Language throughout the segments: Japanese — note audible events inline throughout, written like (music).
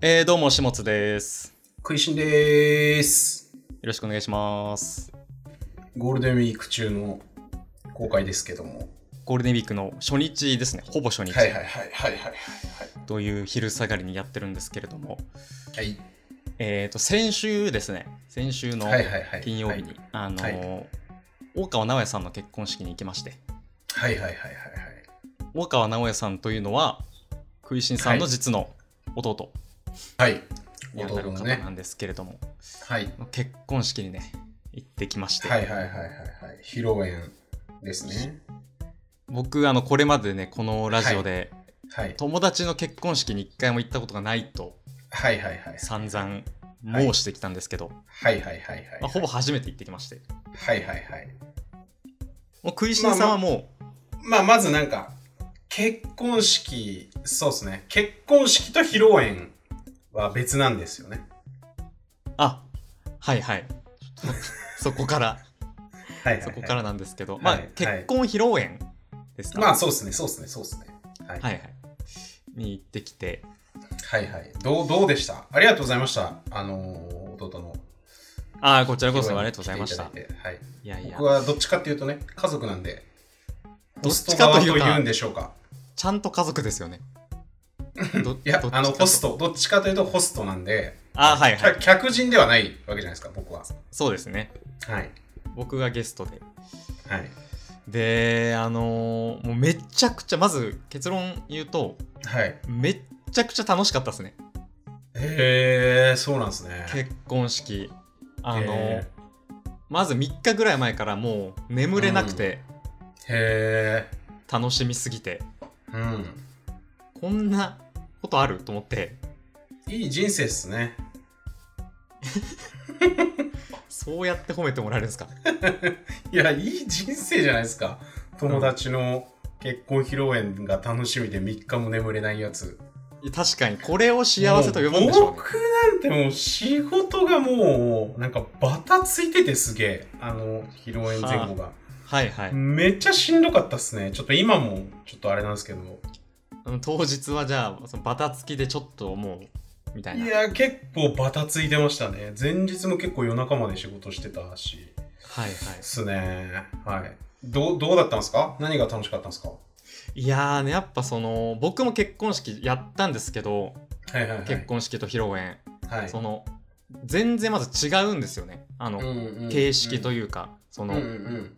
えー、どうも、しもつです。食いしんでーす。よろしくお願いします。ゴールデンウィーク中の公開ですけども。ゴールデンウィークの初日ですね、ほぼ初日、はいはいはいはいはいという昼下がりにやってるんですけれども、はい。はいえー、と、先週ですね、先週のはいはいはい。金曜日に、はいあのーは大川直也さんの結婚式に行きまして、はいはいはいはいはい。大川直也さんというのは、食いしんさんの実の弟はい。にあたる弟方のねなんですけれども、はい。結婚式にね、行ってきまして、はいはいはいはいはい。披露宴ですね。僕、あの、これまでね、このラジオで、はい。友達の結婚式に一回も行ったことがないとはいはいはい。散々申してきたんですけど、はいはいはいはい。まあ、ほぼ。初めて行ってきましてもはいはいはい。う食いしんさんはもまあまずなんか、結婚式、そうですね。結婚式と披露宴は別なんですよね。う、あはいはいちょっとそこ (laughs) からはいはい、はい。そこからなんですけど、はいまあ、はい結婚披露宴ですか、まあそうですね、そうですね、そうですね。はい。はいはいに行ってきてはいはい。どう、どうでしたありがとうございました。あのー、弟の。ああこちらこそありがとうございました来ていただいてはい。いやいや僕はどっちかっていうとね、家族なんで、どホっストちかと側いとう言かうんでしょうか。ちゃんと家族ですよねど (laughs) いやどっ、ちあの、かとホスト、どっちかというとホストなんで、ああはいは客い客人ではないわけじゃないですか、僕は。そうですねはい。僕がゲストではい。であのーもうめちゃくちゃまず結論言うとはい。めっちゃくちゃ楽しかったですねへえー、そうなんですね。結婚式あの、へまず3日ぐらい前からもう眠れなくてーへ楽しみすぎて、え。うん。こんなことあると思っていい人生っすね。そうやって褒めてもらえるんですかいや、いい人生じゃないですか。友達の結婚披露宴が楽しみで3日も眠れないやつ。いや確かにこれを幸せと呼ぶんでしょうもね僕なんてもう仕事がもう、なんかバタついててすげえ。あの、披露宴前後が。はいはい、めっちゃしんどかったっすね。ちょっと今も、ちょっとあれなんですけど。あの当日はじゃあそのバタつきでちょっともうみたいいなや、結構バタついてましたね。前日も結構夜中まで仕事してたし。はいはいっすね。はい。どう、どうだったんですか何が楽しかったんですかいやーねやっぱその僕も結婚式やったんですけど、はいはいはい。結婚式と披露宴、はい。その全然まず違うんですよねあの、うんうんうん形式というかその、うんうん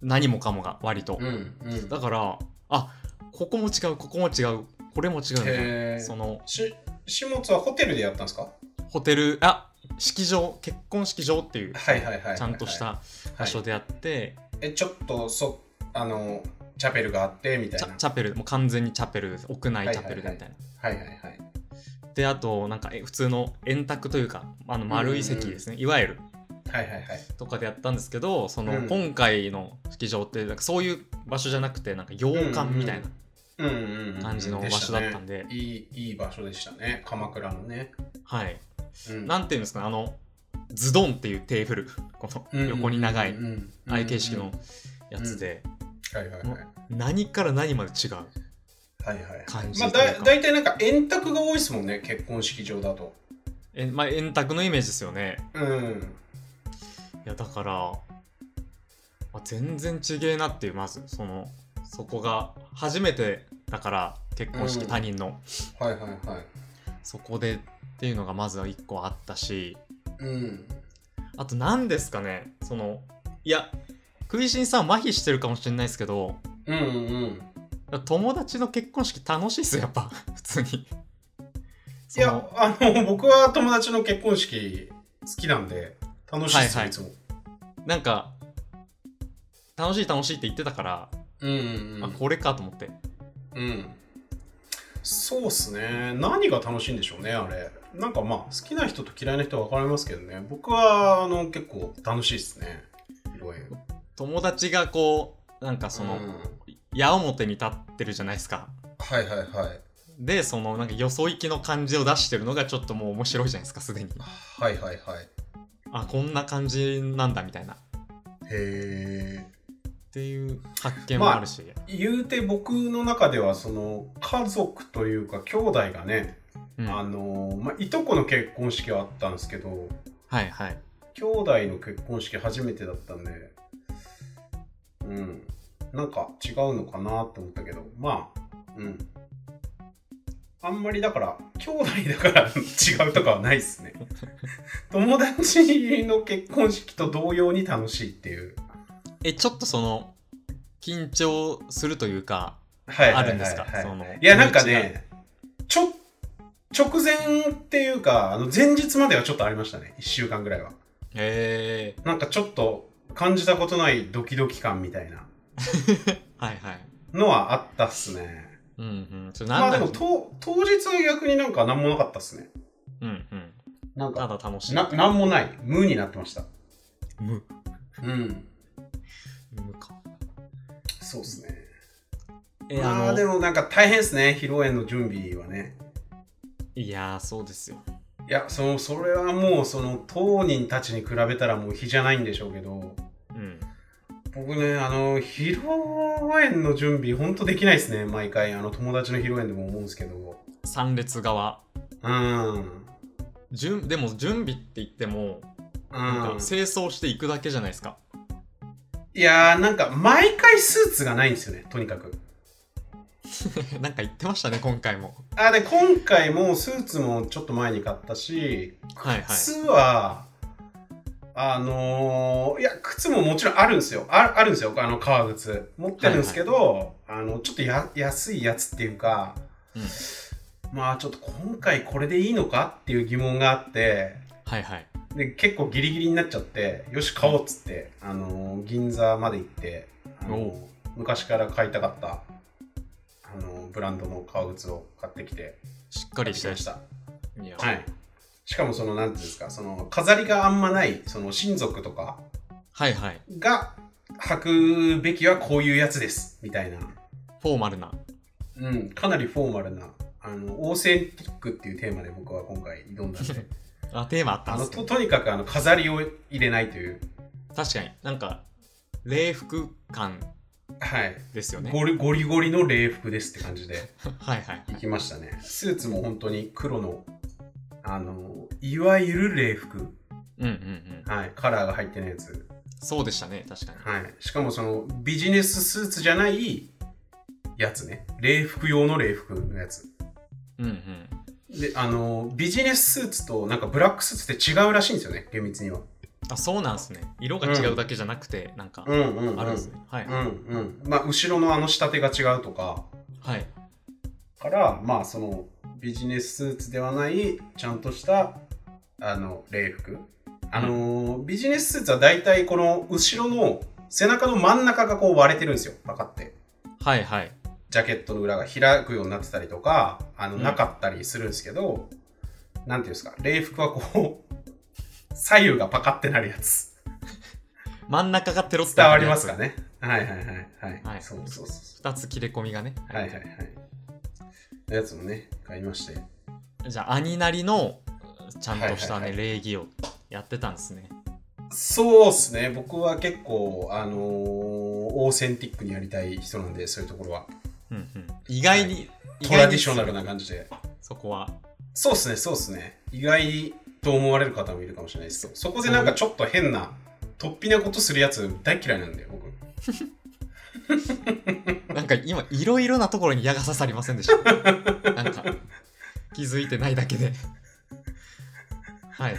何もかもが割と、うんうんうんだからあここも違うここも違うこれも違うみたいへなーそのし始末はホテルでやったんですかホテルあ式場結婚式場っていう、はいはいはいはいちゃんとした場所はいでやって、えちょっとそあのチャペルがあってみたいチなャチャペルもう完全にチャペルです屋内チャペルでみたいな、はいはいはいであとなんかえ普通の円卓というかあの丸い席ですね、いわゆるはいはいはいとかでやったんですけどその、うん今回の式場ってなんかそういう場所じゃなくてなんか洋館みたいな、うんうんうん感じの場所だったんでしたねいいいい場所でしたね鎌倉のね、はいうんなんていうんですかねあのズドンっていうテーブルこの横に長いうんうんうんうんああいう形式のやつで、はいはいはいも何から何まで違うはいはいはい感じまあというだか大体なんか円卓が多いですもんね結婚式場だとえ、まあ、円卓のイメージですよねうんいやだからあ全然ちげえなっていうまずそのそこが初めてだから結婚式うん他人の、はいはいはいそこでっていうのがまずは1個あったしうんあと何ですかねそのいや食いしんさん麻痺してるかもしれないですけどうんうんうん友達の結婚式楽しいっすよやっぱ (laughs) 普通にいそのやあの僕は友達の結婚式好きなんで楽しいですよ、はいはいいつもなんか楽しい楽しいって言ってたから、うんうんうんあこれかと思ってうんそうっすね何が楽しいんでしょうねあれなんかまあ好きな人と嫌いな人は分かれますけどね僕はあの結構楽しいっすね披露宴友達がこうなんかその、うん矢面に立ってるじゃないですかはいはいはいでそのなんかよそ行きの感じを出してるのがちょっともう面白いじゃないですかすでにはいはいはいあこんな感じなんだみたいなっへていう発見もあるし、え言うて僕の中ではその家族というか兄弟がねうんあはいのまあ、いとこの結婚式はあったんですけどはい兄弟の結婚式初めてだったんでうんなんか違うのかなと思ったけどまあうんあんまりだから兄弟だから (laughs) 違うとかはないです (laughs) ね友達の結婚式と同様に楽しいっていうえちょっとその緊張するというかはいあはいはいるんですか、はいそのいや、なんかね、ちょ、直前っていうか、あの、前日まではちょっとありましたね。1週間ぐらいは。えなんかちょっと感じたことないドキドキ感みたいなー、はいはいのはあったっすね。うんうんそれまなあんでだろも、う、と当日は逆になんか何もなかったっすね。うんうんなんたか、だ楽しいな、なんもない。無になってました。無うん。無かそうっすね。えあのああ、でもなんか大変っすね。披露宴の準備はね。いやーそうですよいや、その、それはもう、その、当人たちに比べたらもう比じゃないんでしょうけど、うん僕ね、あの、披露宴の準備、ほんとできないですね、毎回。あの、友達の披露宴でも思うんですけど。参列側うん。うん。準でも準備って言ってもなんか清掃していくだけじゃないですか、 (laughs) いやー、なんか、毎回スーツがないんですよね、とにかく。なんか言ってましたね今回もあ、で、今回もスーツもちょっと前に買ったし、はいはい靴は、あのーいや、靴ももちろんあるんですよ。ああるんですよ、あの、革靴。持ってるんですけど、あの、ちょっとや安いやつっていうか、うんまあ、ちょっと今回これでいいのかっていう疑問があって、はいはいで結構ギリギリになっちゃってよし買おうっつって、あのー銀座まで行って、あのーお昔から買いたかった、あのーブランドの革靴を買ってきてしっかりして買ってきましたいや、はいしかもそのなんていうんですかその飾りがあんまないその親族とかはいはいが履くべきはこういうやつですみたいな、フォーマルなうん、かなりフォーマルなあのオーセンティックっていうテーマで僕は今回挑んだんであテーマあった (laughs) あんでのすねととにかくあの飾りを入れないという確かになんか礼服感はいですよねゴリゴリゴリの礼服ですって感じで (laughs) はいはい行きましたね。スーツも本当に黒の、あの、いわゆる礼服。うんうんうんはい。カラーが入ってないやつ。そうでしたね確かにはい。しかもその、ビジネススーツじゃないやつね。礼服用の礼服のやつ。うんうんで、あの、ビジネススーツとなんかブラックスーツって違うらしいんですよね。厳密には。あそうなんすね色が違うだけじゃなくて、なんかんうん、あるんですね、はい、うんうん。まあ、後ろのあの仕立てが違うとか。はいから、まあ、そのビジネススーツではないちゃんとしたあの礼服あのービジネススーツは大体この後ろの背中の真ん中がこう割れてるんですよパカってはいはいジャケットの裏が開くようになってたりとかあのうんなかったりするんですけど、なんていうんですか礼服はこう左右がパカってなるやつ真ん中がテロって伝わりますかねはいはいはいはい、はいそうそうそ2つ切れ込みがね、うはいはいはいのやつもね買いましてじゃあ兄なりのちゃんとしたね、はいはいはい礼儀をやってたんですねそうですね、僕は結構、あのーオーセンティックにやりたい人なんで、そういうところは。うんうん意外に、意ト外ラにディショナルな感じで。そこはそうですね、そうですね。意外と思われる方もいるかもしれないですけど、そこでなんかちょっと変な、突飛なことするやつ、大嫌いなんで、僕。なんか今いろいろなところに矢が刺さりませんでした。 (laughs) なんか気づいてないだけで。はいはい。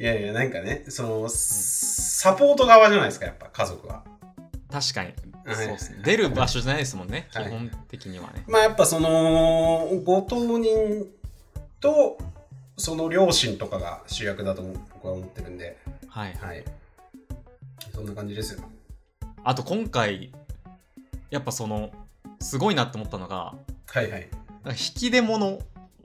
いやいや、なんかね、その、サポート側じゃないですか、やっぱ、家族は。確かに。はいそうですね。出る場所じゃないですもんね。はい基本的にはね。まあ、やっぱその、ご当人と、その両親とかが主役だと思う僕は思ってるんで、はいはい。はい。そんな感じですよ。あと今回、やっぱその、すごいなって思ったのが、はいはい。なんか引き出物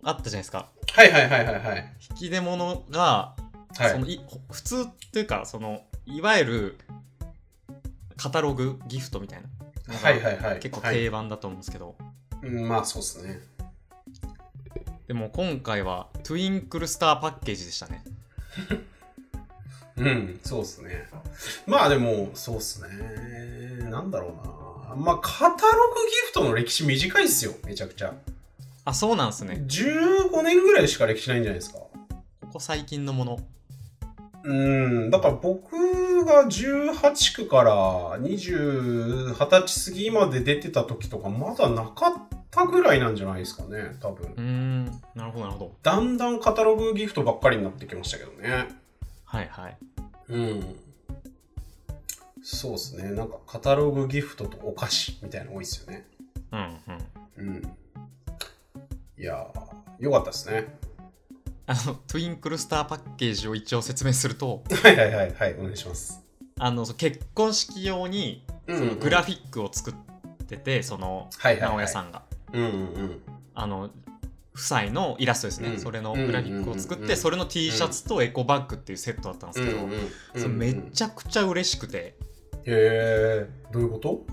あったじゃないですか。はいはいはいはいはい。引き出物が、はい、そのい普通っていうか、その、いわゆるカタログギフトみたいな。なんかはいはいはい。結構はい定番だと思うんですけど、うん、まあそうですね。でも今回はトゥインクルスターパッケージでしたね。うん、そうですね。まあでも、そうですね。なんだろうな。まあカタログギフトの歴史短いっすよ、めちゃくちゃ。あそうなんすね15年ぐらいしか歴史ないんじゃないですか。ここ最近のものうん、だから僕が18区から20、20歳過ぎまで出てた時とか、まだなかったぐらいなんじゃないですかね、多分うー。んなるほどなるほどだんだんカタログギフトばっかりになってきましたけどね。はいはいうん。そうですね。なんかカタログギフトとお菓子みたいなの多いですよね。うんうんうん。いやー、よかったですね。 (laughs) あのトゥインクルスターパッケージを一応説明するとはいはいはいはい、お願いします。あのそう結婚式用にうんそうんのグラフィックを作ってて、そのはいはい、はい。直屋さんが、うんうんあの夫妻のイラストですね、うんそれのグラフィックを作って、うんうんうんそれの T シャツとエコバッグっていうセットだったんでうん。すけど、うんうんうんそうめちゃくちゃ嬉しくてへえどういうこと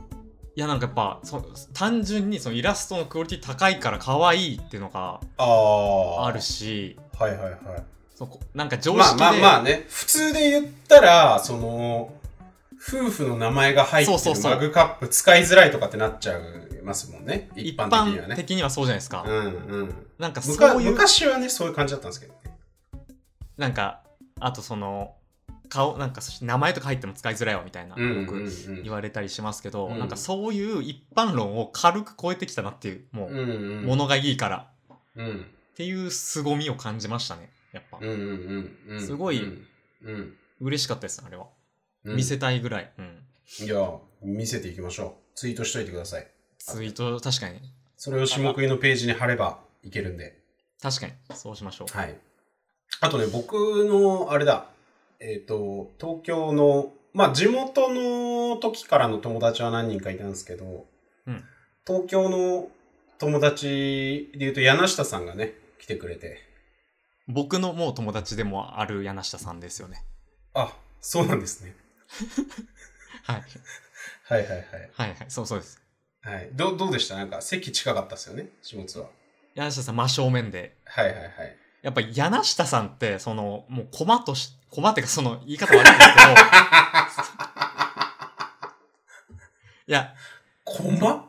いやなんかやっぱそ単純にそのイラストのクオリティ高いから可愛いっていうのがあああるしはいはいはいそうこなんか常まあ識で、まあまあね普通で言ったらその夫婦の名前が入ってそうそるうそうマグカップ使いづらいとかってなっちゃいますもんね一一般的には般ね的にはそうじゃないですか、うんうんなんかむそかういう昔はねそういう感じだったんですけどねなんかあとその顔なんか名前とか入っても使いづらいわみたいな、うんよくうん言われたりしますけど、うんなんかそういう一般論を軽く超えてきたなっていうもうんうう、んうんものがいいからうんっていう凄みを感じましたねやっぱ、うんうんうんすごいうんうん嬉しかったですあれは、うん見せたいぐらい、うん、いや見せていきましょうツイートしといてくださいツイート確かにそれを下食いのページに貼ればいけるんで確かにそうしましょうはい。あとね、僕の、あれだ、えっ、と、東京の、まあ、地元の時からの友達は何人かいたんですけど、うん東京の友達で言うと、柳下さんがね、来てくれて、僕のもう友達でもある柳下さんですよねあ、そうなんですね。はいはいはいはいはいそうそうですはい。はい。どう、どうでしたなんか、席近かったですよね、下津は。柳下さん真正面ではいはいはい。やっぱ柳下さんってそのもう駒とし駒っていうかその言い方悪いんです (laughs) けどいやこま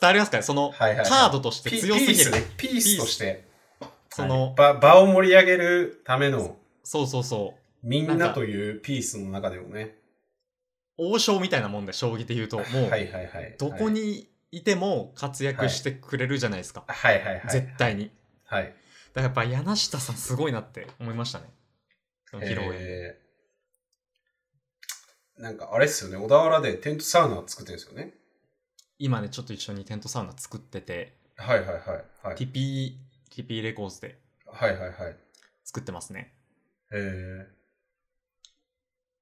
伝わりますかねその、はいはいはいカードとしてピピ強すーぎスる、ね。ピースとして。その、はい場場を盛り上げるための、そうそうそうみんなんなかというピースの中でもね。王将みたいなもんで将棋で言うともう、はいはいはい。どこにいても活躍してくれるじゃないですか、はいはいはい。絶対にはだい。からやっぱ柳下さんすごいなって思いましたねその披露宴えーなんかあれっすよね、小田原でテントサウナ作ってるんですよね。今ねちょっと一緒にテントサウナ作っててはいはいはい。はい TP, TP レコーズではいはいはい。作ってますねえ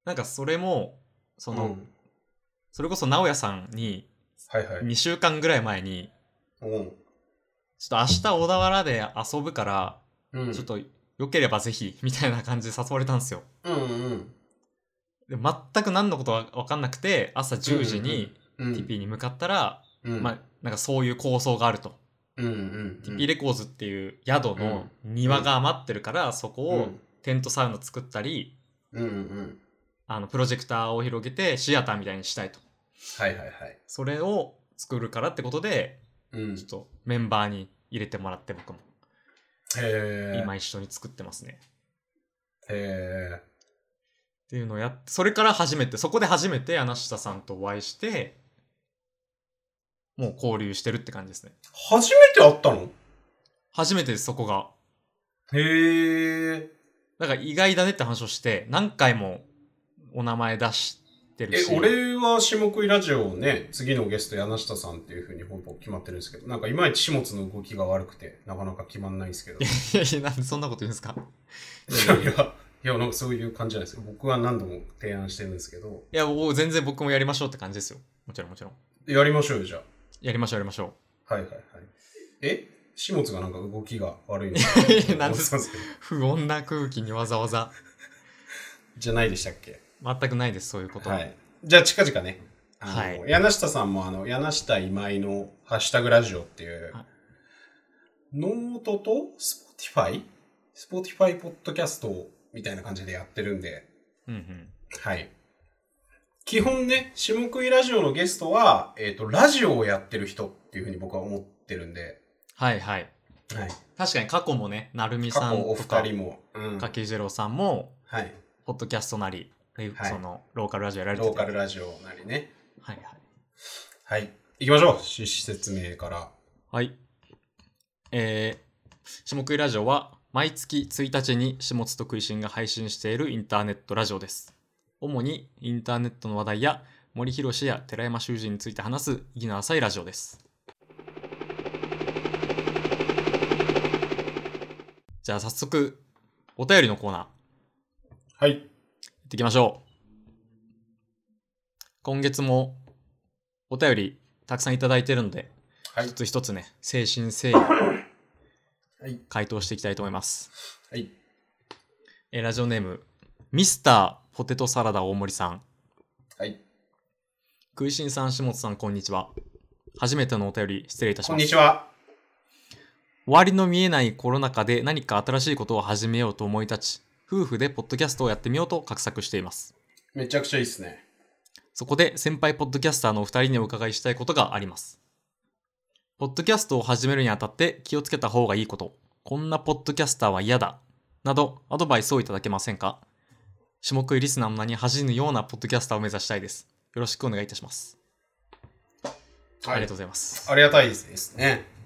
なんかそれもーそうんの、それこそ直哉さんにはいはい。 2週間ぐらい前にうんちょっと明日小田原で遊ぶからうんちょっと、良ければぜひ、みたいな感じで誘われたんですよ。うんうんで全く何のことは分かんなくて、朝10時にうん。 TP に向かったら、うん、まあ、なんかそういう構想があると。うんうんうん。 TP レコーズっていう宿の庭が余ってるから、そこをテントサウナ作ったり、うんうんうん。あの、プロジェクターを広げてシアターみたいにしたいと。はいはいはい。それを作るからってことで、うんちょっ。とメンバーに入れてもらって僕も、へー今一緒に作ってますね。へっていうのをやって、それから初めて、そこで初めて柳下さんとお会いして、もう交流してるって感じですね。ー初めて会ったの初めてですそこが。へえ。だから意外だねって話をして、何回もお名前出してるえし。、 (laughs) 俺は下食いラジオをね、次のゲスト柳下さんっていうふうにほぼ決まってるんですけど、なんかいまいち下津の動きが悪くて、なかなか決まんないんです (laughs) けど。いいやいや、なんでそんなこと言うんですかやいや、いや、なんかそういう感じじゃないですか。僕は何度も提案してるんですけど、いや、もう全然僕もやりましょうって感じですよ。もちろんもちろん。やりましょうよ、じゃやりましょうやりましょあ。はいはいはい。え下津がなんか動きが悪いのいや (laughs) なんで思ってたんですけどう。不穏な空気にわざわざ。 (laughs) じゃないでしたっけ全くないです、そういうこと。はい。じゃあ近々ね。あのはい柳下さんもあの、柳下今井のハッシュタグラジオっていうはい、ノートとスポティファイスポティファイポッドキャストみたいな感じでやってるんで、うんうん。はい。基本ね、下食いラジオのゲストは、えっ、と、ラジオをやってる人っていうふうに僕は思ってるんで、はいはい。はい。確かに過去もね、なるみ過さ去んおとか二、人も、うん、柿次郎さんも、はい。ポッドキャストなり、えはいその、ローカルラジオやられてロて。ーカルラジオなりね。はいはい。はい。行きましょう。趣旨説明から。はい。えー、下食いラジオは毎月1日に下津と食いしんが配信しているインターネットラジオです。主にインターネットの話題や森博氏や寺山修司について話す意義の浅いラジオです。じゃあ早速お便りのコーナー行はい。ってきましょう。今月もお便りたくさんいただいてるのではい一。つ一つね、誠心誠意はい。回答していきたいと思います。はい。えーラジオネーム、ミスターポテトサラダ大森さん。はい。食いしんさん、下本さん、こんにちは。初めてのお便り、失礼いたしこんます。にちは。終わりの見えないコロナ禍で何か新しいことを始めようと思い立ち、夫婦でポッドキャストをやってみようと画策しています。めちゃくちゃいいっすね。そこで先輩ポッドキャスターのお二人にお伺いしたいことがあります。ポッドキャストを始めるにあたって気をつけた方がいいこと、こんなポッドキャスターは嫌だ、などアドバイスをいただけませんか種目リスナーの名に恥じぬようなポッドキャスターを目指したいです。よろしくお願いいたします。ありがとうございます。ありがたいですね。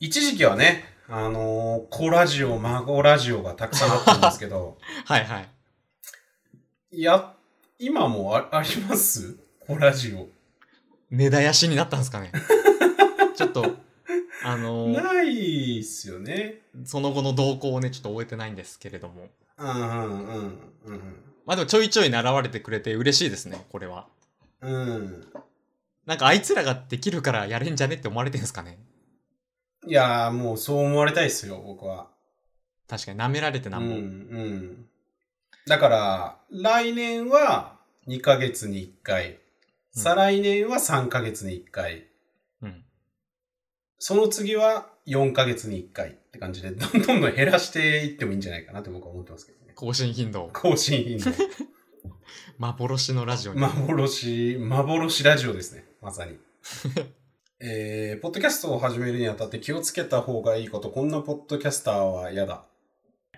一時期はね、あのー、子ラジオ、孫ラジオがたくさんあったんですけど、 (laughs) はいはい。いや、今もああります子ラジオ。根絶やしになったんですかね。 (laughs) ちょっと、あのーないっすよね。その後の動向をね、ちょっと終えてないんですけれども。うんうんうんうんまあでもちょいちょい習われてくれて嬉しいですね、これは。うん。うん。なんかあいつらができるからやれんじゃねって思われてんすかねいやー、もうそう思われたいっすよ、僕は。確かに舐められてなうんんも、うん。だから、来年は2ヶ月に1回、再来年は3ヶ月に1回、うんその次は4ヶ月に1回って感じで、どん (laughs) どんどん減らしていってもいいんじゃないかなって僕は思ってますけどね。更新頻度更新 (laughs) 頻度。幻のラジオに、幻、幻ラジオですね。ま (laughs) さに。えー、ポッドキャストを始めるにあたって気をつけた方がいいこと、こんなポッドキャスターは嫌だ。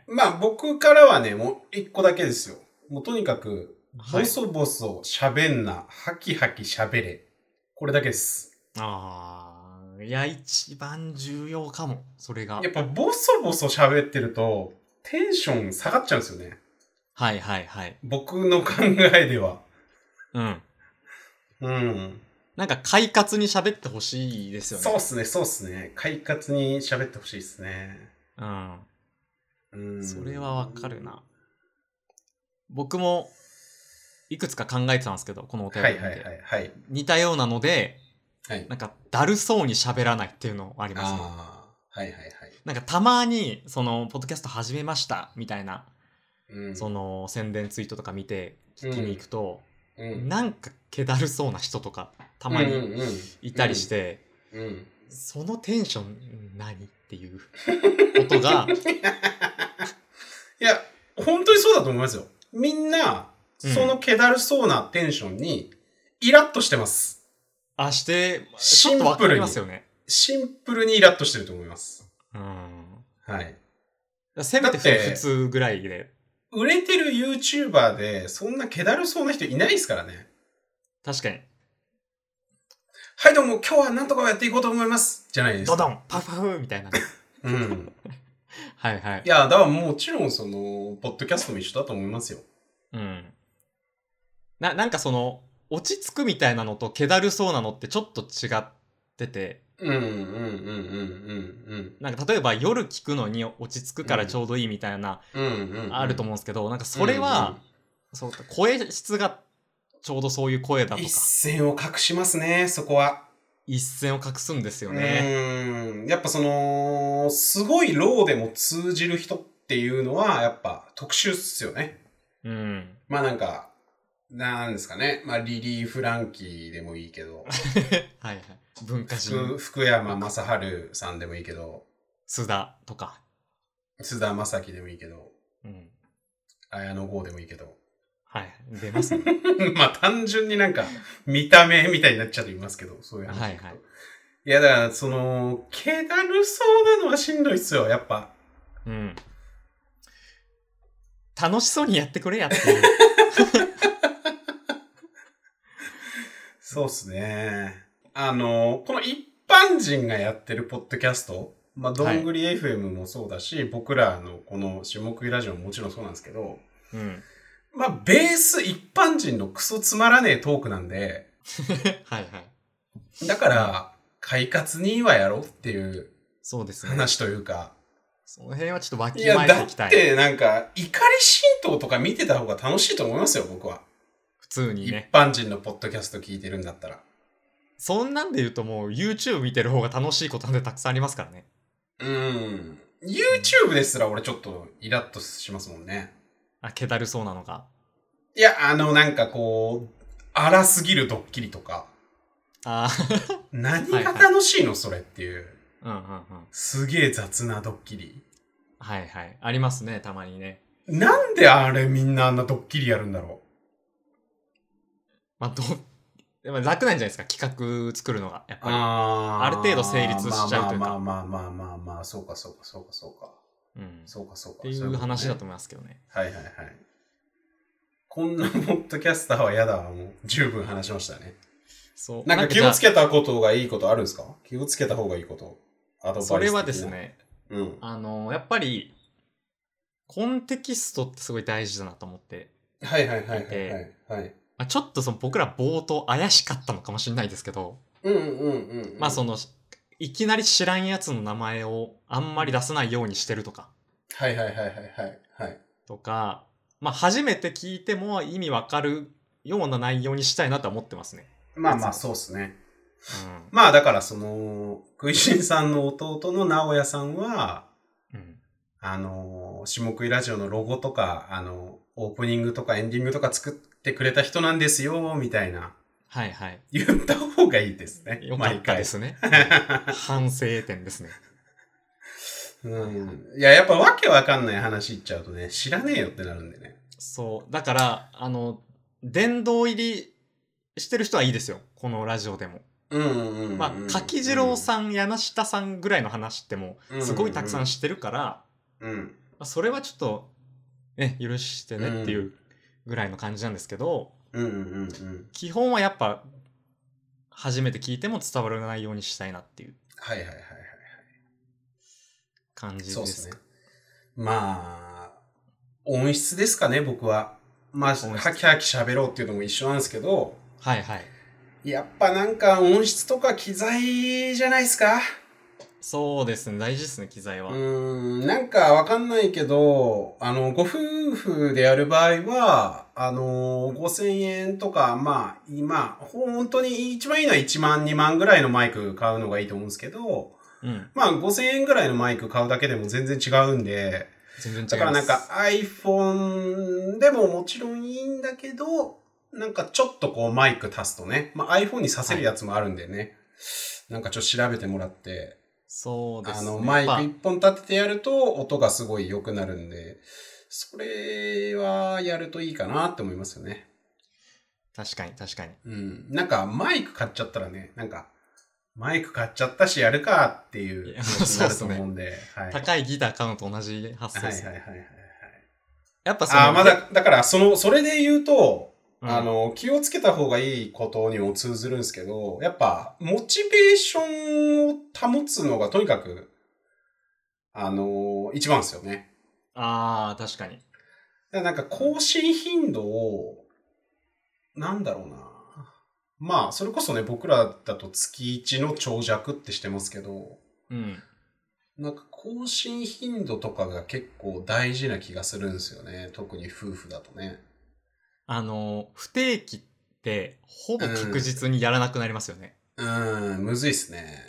まあ僕からはね、もう一個だけですよ。もうとにかく、はボい、ソボソ喋んな、ハキハキ喋れ。これだけです。ああいや一番重要かもそれがやっぱボソボソ喋ってると、テンション下がっちゃうんですよね。はいはいはい僕の考えでは。うんうん。なんか快活に喋ってほしいですよねそうっすね、そうっすね。快活に喋ってほしいっすね。うんうんそれはわかるな。僕もいくつか考えてたんですけどこのおは便いりは見いて、はいはい。似たようなのではい。なんかだるそうに喋らないっていうのありますねああ、はいはいはい。なんかたまに、その、ポッドキャスト始めました、みたいな、うんその、宣伝ツイートとか見て、聞きに行くと、うん、なんか、気だるそうな人とか、たた。まにいたりしてて、うんうんそのテンション、何っていうこと (laughs) が、いや、本当にそうだと思いますよ。みんな、その気だるそうなテンションに、イラッとしてます。あ、して、ちシょっンプルにとわかりますよね。シンプルにイラッとしてると思います。うん。はい。せめてだって普通ぐらいで、売れてる YouTuber で、そんな気だるそうな人いないですからね。確かに、はい、どうも、今日はなんとかやっていこうと思います。じゃないですドか。ドンパフパフみたい (laughs) なね。うん。はいはいい。や、だからもちろん、その、ポッドキャストも一緒だと思いますよ。うん。な、なんかその、落ち着くみたいなのと、気だるそうなのってちょっと違ってて、うんうんうんうんうんなんか例えば夜聞くのに落ち着くからちょうどいいみたいな、うんうんうんうん。あると思うんですけど、なんかそれは、そう声質がちょうどそういう声だうんうとかん、一線を隠しますね、そこは。一線を画すんですようね。ん。やっぱその、すごいローでも通じる人っていうのは、やっぱ特殊っすよね。うん。まあなんか、なんですかね。まあリリー・フランキーでもいいけど、はいはい。文化福人、福山雅治さんでもいいけど、須田とか。須田正樹でもいいけど、うん。綾野剛でもいいけど。 (laughs) はい。出ますね。まあ単純になんか見た目みたいになっちゃっていますけど、そういう話だと。はいはいいや、だから、その、気だるそうなのはしんどいっすよ、やっぱ。うん。楽しそうにやってくれやっていう。そうっすね。あの、この一般人がやってるポッドキャスト、まあ、どんぐり FM もそうだし、僕らのこの下食いラジオももちろんそうなんですけど、うん。まあ、ベース一般人のクソつまらねえトークなんで、はいはい。だから、快活にはやろうっていうそうです (laughs) ね。話というか、その辺はちょっとわいきまや、えだていっきたい。てなんか、怒り神道とか見てた方が楽しいと思いますよ、僕は。普通に一ね。般人のポッドキャスト聞いてるんだったら。そんなんで言うともう YouTube 見てる方が楽しいことなんてたくさんありますからね。うん。YouTube ですら俺ちょっとイラッとしますもんね。あ、けだるそうなのが。いや、あの、なんかこう、荒すぎるドッキリとか、あー (laughs) 何はいがはい楽しいの、それっていう。うんうんうん。すげえ雑なドッキリ。はいはい。ありますね、たまにね。なんであれみんなあんなドッキリやるんだろまあ、どう、でも楽なんじゃないですか、企画作るのが。やっう。ぱあーある程度成立しちゃうというかまあまあまあまあまあまあ、そうかそうかそうかそうか。り。うん。っそうかそうか。ていう話だとと思いますけどね。はいはいはい。こんなポッドキャスターは嫌だわ。もう十分話しましたね。そう。なんか気じゃをあつけたことがいいことあるんですか気をつけた方がいいこと。アドバイス的なそれはです。ね、うん。あの、やっぱり、コンテキストってすごい大事だなと思って、はいはいはいはいはい。はい、まあ、ちょっとその僕ら冒頭怪しかったのかもしれないですけど、うんうんうんうん。まあその。の、いきなり知らんやつの名前をあんまり出さないようにしてるとか、はいはいはいはいはい。はい、とか、まあ初めて聞いても意味わかるような内容にしたいなとは思ってますね。まあまあそうですね。うまあだからその、クイシンさんの弟の直哉さんは、ん。うん。あのー、下食いラジオのロゴとか、あのー、オープニングとかエンディングとか作ってくれた人なんですよ、みたいな、はいはい。言った方がいいですね。よかったで毎すね。回。反省点ですね。うん。いや、やっぱわけわかんない話言っちゃうとね、知らねえよってなるんでね。そう。だから、あの、殿堂入りしてる人はいいですよ。このラジオでも。うんうんうんうん。まあ、柿次郎さん、柳下さんぐらいの話ってもう、んすごいたくさんしてるから、うん。うん。まあ、それはちょっと、ね、許してねっていうぐらいの感じなんですけど、うんうんうんうん。基本はやっぱ、初めて聞いても伝わらないようにしたいなっていうはいはいはいはい。感じです。そうですね。まあ、音質ですかね、僕は。まあ、質ハキハキ喋ろうっていうのも一緒なんですけど、はいはい。やっぱなんか音質とか機材じゃないですかそうですね。大事ですね、機材うは。ーん、なんかわかんないけど、あの、ご夫婦でやる場合は、あの、5000円とか、まあ、今、本当に一番いいのは1万、2万ぐらいのマイク買うのがいいと思うんですけど、うん。まあ、5000円ぐらいのマイク買うだけでも全然違うんで、全然違います。だからなんか iPhone でももちろんいいんだけど、なんかちょっとこうマイク足すとね、まあ、iPhone にさせるやつもあるんでね、なんかちょっと調べてもらって、そうですあね。の、マイクやっぱ一本立ててやると音がすごい良くなるんで、それはやるといいかなって思いますよね。確かに、確かに。うん。なんかマイク買っちゃったらね、なんか、マイク買っちゃったしやるかっていいうや気持ちになると思うんで、はい。高いギター買うのと同じ発想はでいすはいね。はいはいはい。やっぱその、ああー、まあだ、だから、その、それで言うと、うんあの、気をつけた方がいいことにも通ずるんですけど、やっぱ、モチベーションを保つのがとにかく、あの、一番ですよね。ああ、確かに。だからなんか更新頻度を、なんだろうな。まあ、それこそね、僕らだと月1の長尺ってしてますけど、うん。なんか更新頻度とかが結構大事な気がするんですよね。特に夫婦だとね。あの、不定期って、ほぼ確実にやらなくなりますよね。うん、むずいっすね。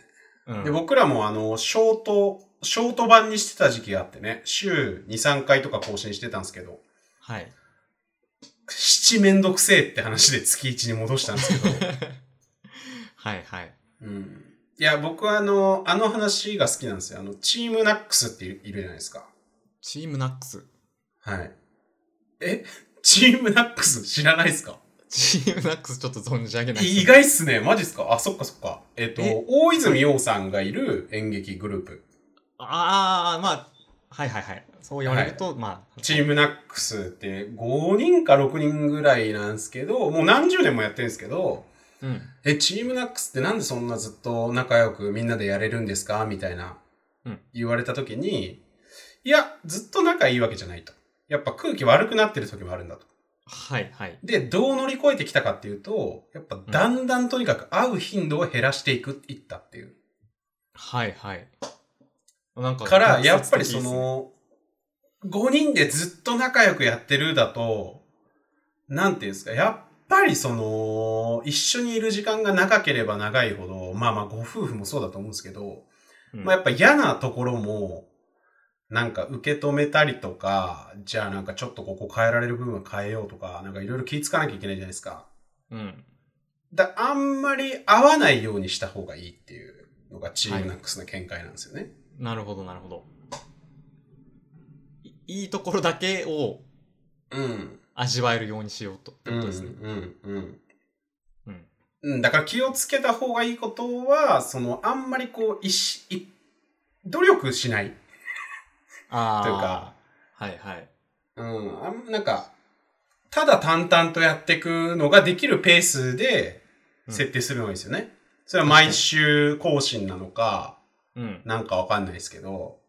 うん。で、僕らもあの、ショート、ショート版にしてた時期があってね、週2、3回とか更新してたんですけど、はい。 (laughs) 七めんどくせえって話で月1に戻したんですけど、はいはい。うん。いや、僕はあの、あの話が好きなんですよ。あの、チームナックスっているいるじゃないですか。チームナックス。はい。えチームナックス知らないですか GMX ちょっと存じ上げないです意外っすね。マジっすかあ、そっかそっか。えっ、とえ、大泉洋さんがいる演劇グループ。ああ、まあ、はいはいはい。そう言われると、まあ、チームナックスって5人か6人ぐらいなんですけど、もう何十年もやってるんですけど、うん。え、チームナックスってなんでそんなずっと仲良くみんなでやれるんですかみたいなうん、言われた時に、いや、ずっと仲いいわけじゃないと。やっぱ空気悪くなってる時もあるんだと。はいはい。で、どう乗り越えてきたかっていうと、やっぱだんだんとにかく会う頻度を減らしていく、いったっていう。はいはい。なんか、から、逆や説っぱり的でそすね、の、5人でずっと仲良くやってるだと、なんていうんですか、やっぱりその、一緒にいる時間が長ければ長いほど、まあまあご夫婦もそうだと思うんですけど、うんまあやっぱ嫌なところも、なんか受け止めたりとか、じゃあなんかちょっとここ変えられる部分は変えようとか、なんかいろいろ気ぃつかなきゃいけないじゃないですか。うん。だあんまり合わないようにした方がいいっていうのがチームナックスの見解なんですよね。なるほどなるほど。いいいところだけをうん。味わえるようにしようと。ってうこんとですね。うんうんうん。うん、だから気をつけた方がいいことは、その、あんまりこう、いし、い努力しない。ああ。というか。はいはい。うん、あんなんか、ただ淡々とやっていくのができるペースでうん設定するのがいいですよね。それは毎週更新なのか、うん。なんかわかんないですけど。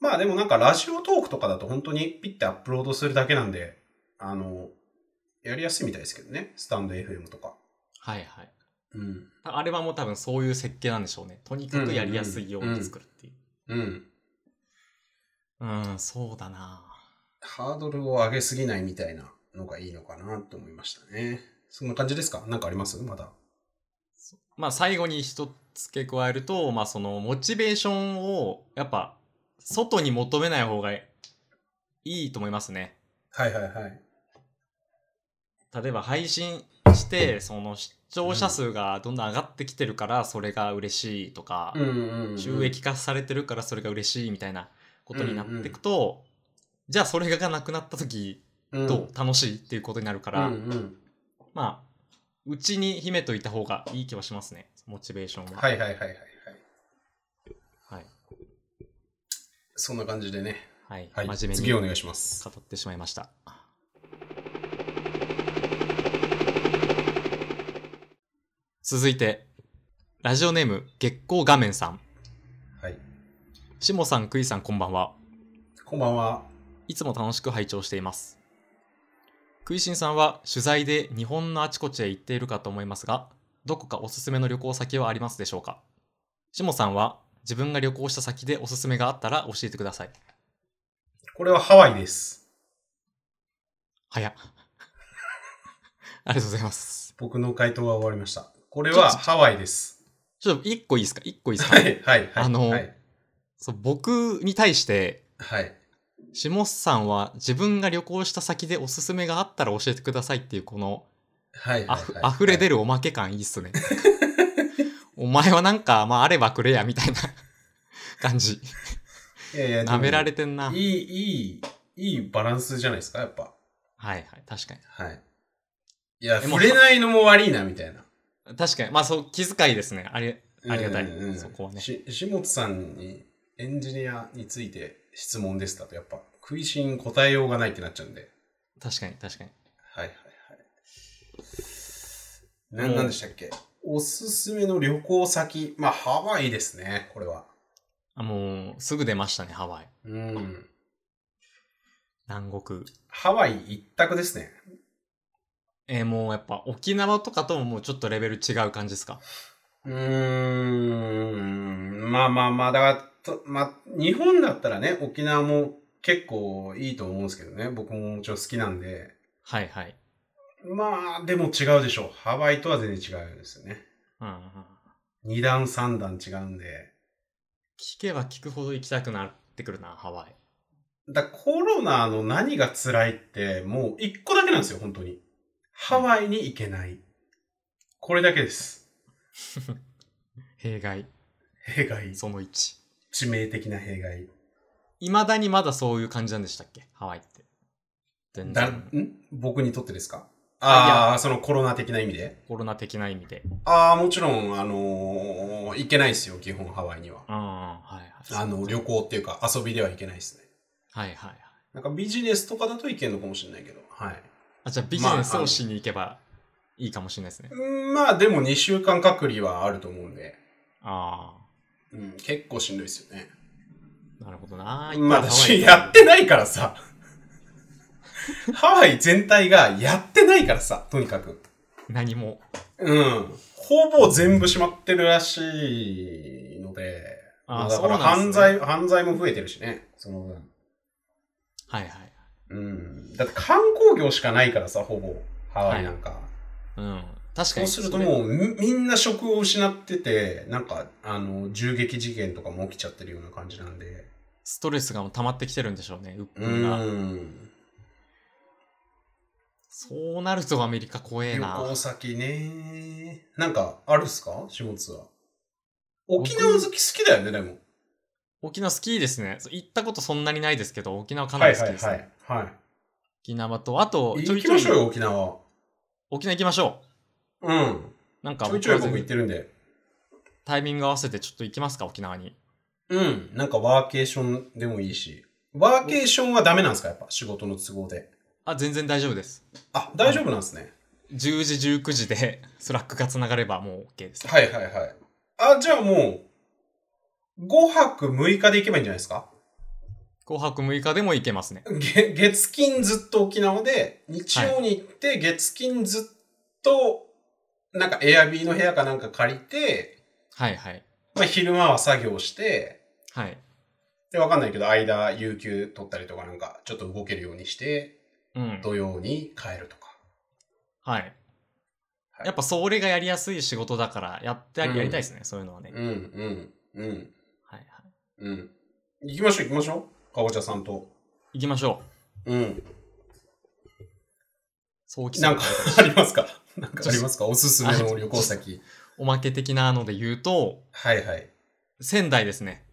まあでもなんかラジオトークとかだと本当にピッてアップロードするだけなんで、あの、やりやすいみたいですけどね。スタンド FM とか。はいはい。うん。あれはもう多分そういう設計なんでしょうね。とにかくやりやすいように作るっていう。うん。うん、そうだなハードルを上げすぎないみたいなのがいいのかなと思いましたね。そんな感じですかなんかありますまだ。まあ最後に一つ付け加えると、まあそのモチベーションをやっぱ外に求めない方がいいと思いますね。はいはいはい。例えば配信して、その視聴者数がどんどん上がってきてるからそれが嬉しいとか、うんうん、うん。収益化されてるからそれが嬉しいみたいなことになっていくと、じゃあそれがなくなった時うんどう楽しいっていうことになるかうんうら、ん。まあうちに秘めといた方がいい気はしますねモチベーションははいはいはいはい。はいはい、そんな感じでね。はいはい。真面目次にお願いします。語ってしまいました続いてラジオネーム月光画面さんはい。しもさんくいさんこんばんはこんばんは。いつも楽しく拝聴しています。クイシンさんは取材で日本のあちこちへ行っているかと思いますが、どこかおすすめの旅行先はありますでしょうかしもさんは自分が旅行した先でおすすめがあったら教えてください。これはハワイです。早っ。 (laughs) ありがとうございます。僕の回答は終わりました。これはハワイです。ちょっと一個いいですか一個いいですか、はいはいはい。あのはい。そう僕に対して、はい。しもさんは自分が旅行した先でおすすめがあったら教えてくださいっていうこのはい。あふ、溢れ出る。るおまけ感いいっ (laughs) すね。お前はなんか、まあ、あればくれや、みたいな感じ。いやいやでも舐められてんな。はいいいい、いい、いいバランスじゃないですか、やっぱ。はい、確かに。はい。いや、でも触れないのも悪いな、みたいな。確かに。まあ、そう、気遣いですね。あれ、ありがたいうんうんうんそこはねし、下津さんにエンジニアについて質問ですだと、やっぱ、食いしん答えようがないってなっちゃうんで。確かに、確かに。はいはいはい。な、なんでしたっけおすすめの旅行先。まあ、ハワイですね、これは。あ、もう、すぐ出ましたね、ハワイ。うん。南国。ハワイ一択ですね。えーもうやっぱ沖縄とかとももうちょっとレベル違う感じですかうーんまあまあまあ、だからと、まあ、日本だったらね、沖縄も結構いいと思うんですけどね。僕ももちろん好きなんで。はいはい。まあ、でも違うでしょう。ハワイとは全然違うんですよね。うんうん。二段三段違うんで。聞けば聞くほど行きたくなってくるな、ハワイ。だからコロナの何が辛いって、もう一個だけなんですよ、本当に。ハワイに行けない。これだけです。弊害、弊害。その1。致命的な弊害。未だにまだそういう感じなんでしたっけハワイって。全だ、然。ん僕にとってですかあああ、そのコロナ的な意味で。コロナ的な意味で。ああ、もちろん、あのー行けないですよ、基本ハワイには。うん、はいはい。あの、旅行っていうか遊びでは行けないですね。はいはいはい。なんかビジネスとかだといけるのかもしれないけど。はい。あ、じゃあビジネスをしに行けばいいかもしれないですね。うんまあでも2週間隔離はあると思うんで、あうん、結構しんどいですよね。あ、なるほどな。まあいっぱい私ハワイやってないからさ。ハワイ全体がやってないからさ、とにかく。何も。うん。ほぼ全部閉まってるらしいので、あまだからそうなん犯ですね罪、犯罪も増えてるしね、その分。はいはい。うん。だって観光業しかないからさ、ほぼ。ハワイなんか。うん。確かそうに。するともうみみんな職を失ってて、なんか、あの、銃撃事件とかも起きちゃってるような感じなんで。ストレスがもう溜まってきてるんでしょうね、鬱う憤が。ん。そうなるとアメリカ怖え旅な。行先ね。なんか、あるっすか仕事は。沖縄好き好きだよね、でも。沖縄好きですね。そう行ったことそんなにないですけど、沖縄かなり好きですね。い。は沖縄と、あと、い。ちょ行いきちょましょうい、よ、沖縄。沖縄行きましょうん。う。なんかちょい僕ちょはい僕行全然ってるんで。タイミング合わせてちょっと行きますか、沖縄に。うん。なんかワーケーションでもいいし。ワーケーションはダメなんですかやっぱ仕事の都合で。あ、全然大丈夫です。あ、大丈夫なんですね。 10時、19時で (laughs) スラックが繋がればもう OK です。はいはいはい。あ、じゃあもう、5泊6日で行けばいいんじゃないですか紅白6日でも行けますね。げ月金ずっと沖縄で、日曜に行って、月金ずっと、なんかエアビーの部屋かなんか借りて、はいはい。まあ昼間は作業して、はい。で、わかんないけど、間、有給取ったりとかなんか、ちょっと動けるようにして、うん。土曜に帰るとか。はい。はいやっぱそれがやりやすい仕事だから、やってやうんりたいですね、そういうのはね。うん、うん、うん、はいはい。うん。行きましょう行きましょう。かぼちゃさんと。行きましょう。うん。そうきなんかありますかなんかありますかおすすめの旅行先。おまけ的なので言うと、はいはい。仙台ですね。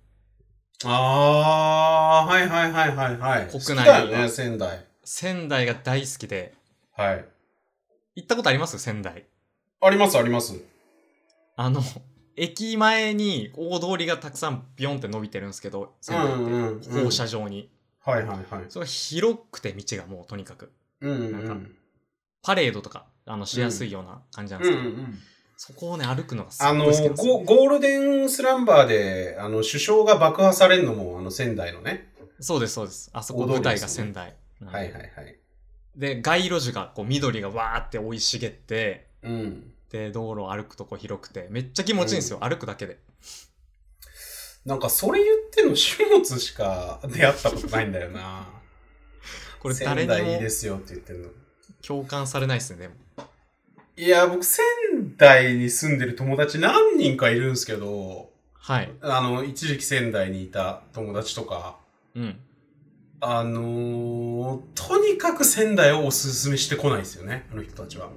ああ、はいはいはいはいはい。国内好きだよね、仙台。仙台が大好きで、はい。行ったことあります仙台。ありますあります。あの、 (laughs) 駅前に大通りがたくさんビヨンって伸びてるんですけど、仙台うんうんっうてん放射状に。はいはいはい。それが広くて道がもうとにかく。うんうん。なんかパレードとか、あの、しやすいような感じなんですけど、そこをね、歩くのがすごあいの好きなんですよ、ゴ、ゴールデンスランバーで、あの、首相が爆破されるのも、あの、仙台のね。そうです、そうです。あそこ大通り舞台がですね仙台。なんではいはいはい。で、街路樹がこう緑がわーって生い茂って、うん。で、道路を歩くとこ広くて、めっちゃ気持ちいいんですよ、歩くだけで。なんか、それ言ってんの、始末しか出会ったことないんだよな。 (laughs) これ誰に仙台いいもですよって言ってんの。共感されないですね、でも。いや、僕、仙台に住んでる友達何人かいるんですけど、はい。あの、一時期仙台にいた友達とか、うん。あのー、とにかく仙台をおすすめしてこないですよね、あの人たちは。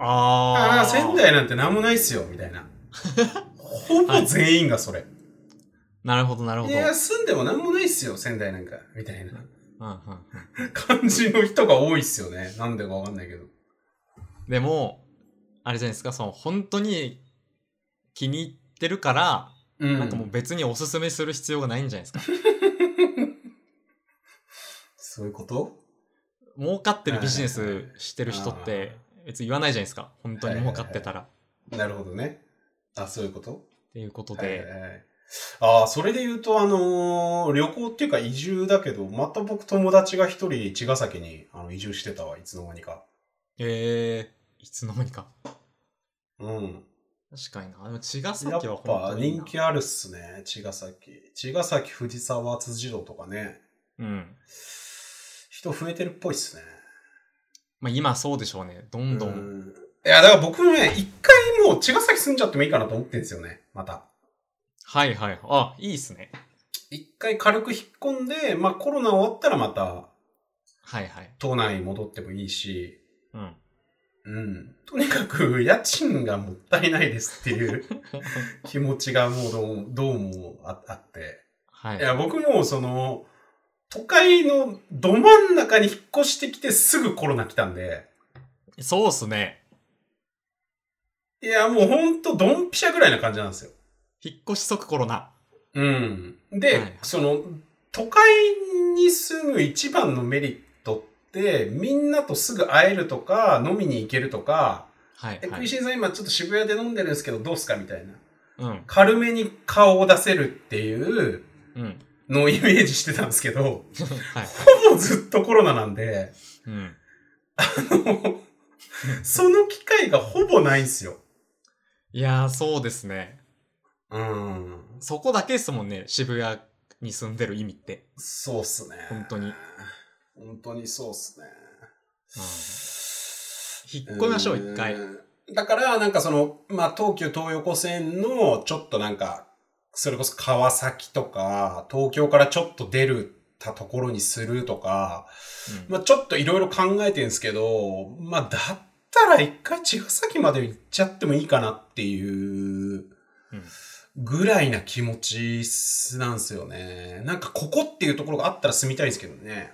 ああーあー、仙台なんて何もないっすよ、みたいな。ほぼ全員がそれ。 (laughs) なるほど、なるほい、ど。や、住んでも何もないっすよ、仙台なんか、みたいなうんうん、感じの人が多いっすよね。なんでかわかんないけど。でも、あれじゃないですか、その、本当に気に入ってるから、うん。なんかもう別におすすめする必要がないんじゃないですか。そういうこと儲かってるビジネスしてる人って、別に言わないじゃないですか。本当に儲かってたら。なるほどね。あ、そういうことっていうことはいで、はいはい。ああ、それで言うと、あのー旅行っていうか移住だけど、また僕友達が一人茅ヶ崎にあの移住してたわ、いつの間にか。えー、いつの間にか。うん。確かにな。でも、茅ヶやっ崎は本ぱ当にいい人な。気あるっすね、茅ヶ崎。茅ヶ崎、藤沢、辻堂とかね。うん。人増えてるっぽいっすね。まあ今そうでしょうね。どんどん。うんいや、だから僕ね、一回もう茅ヶ崎住んじゃってもいいかなと思ってんですよね、また。はいはい。あ、いいっすね。一回軽く引っ込んで、まあコロナ終わったらまたはいはい。都内戻ってもいいし、うん。うん。とにかく、家賃がもったいないですっていう (laughs) 気持ちがもうどうどうもああって。はいい。や、僕もその、都会のど真ん中に引っ越してきてすぐコロナ来たんで、そうっすね。いや、もうほんとドンピシャぐらいな感じなんですよ。引っ越し即コロナ。うん。で、はいその、都会に住む一番のメリットって、みんなとすぐ会えるとか、飲みに行けるとか、はい、え、はクイい。シンさん今ちょっと渋谷で飲んでるんですけど、どうっすかみたいな。うん。軽めに顔を出せるっていううん。のをイメージしてたんですけど、はい。ほぼずっとコロナなんで、うん。 (laughs) その機会がほぼないんすよ。いやー、そうですね。うん。そこだけですもんね、渋谷に住んでる意味って。そうっすね。本当に。本当にそうっすね。引っ込みましょう、一回。うん。だから、なんかその、まあ、東急東横線の、ちょっとなんか、それこそ川崎とか、東京からちょっと出るたところにするとか、うんまあ、ちょっといろいろ考えてるんですけど、まあ、だったら一回茅ヶ崎まで行っちゃってもいいかなっていううんぐらいな気持ちなんですよね。なんかここっていうところがあったら住みたいんですけどね。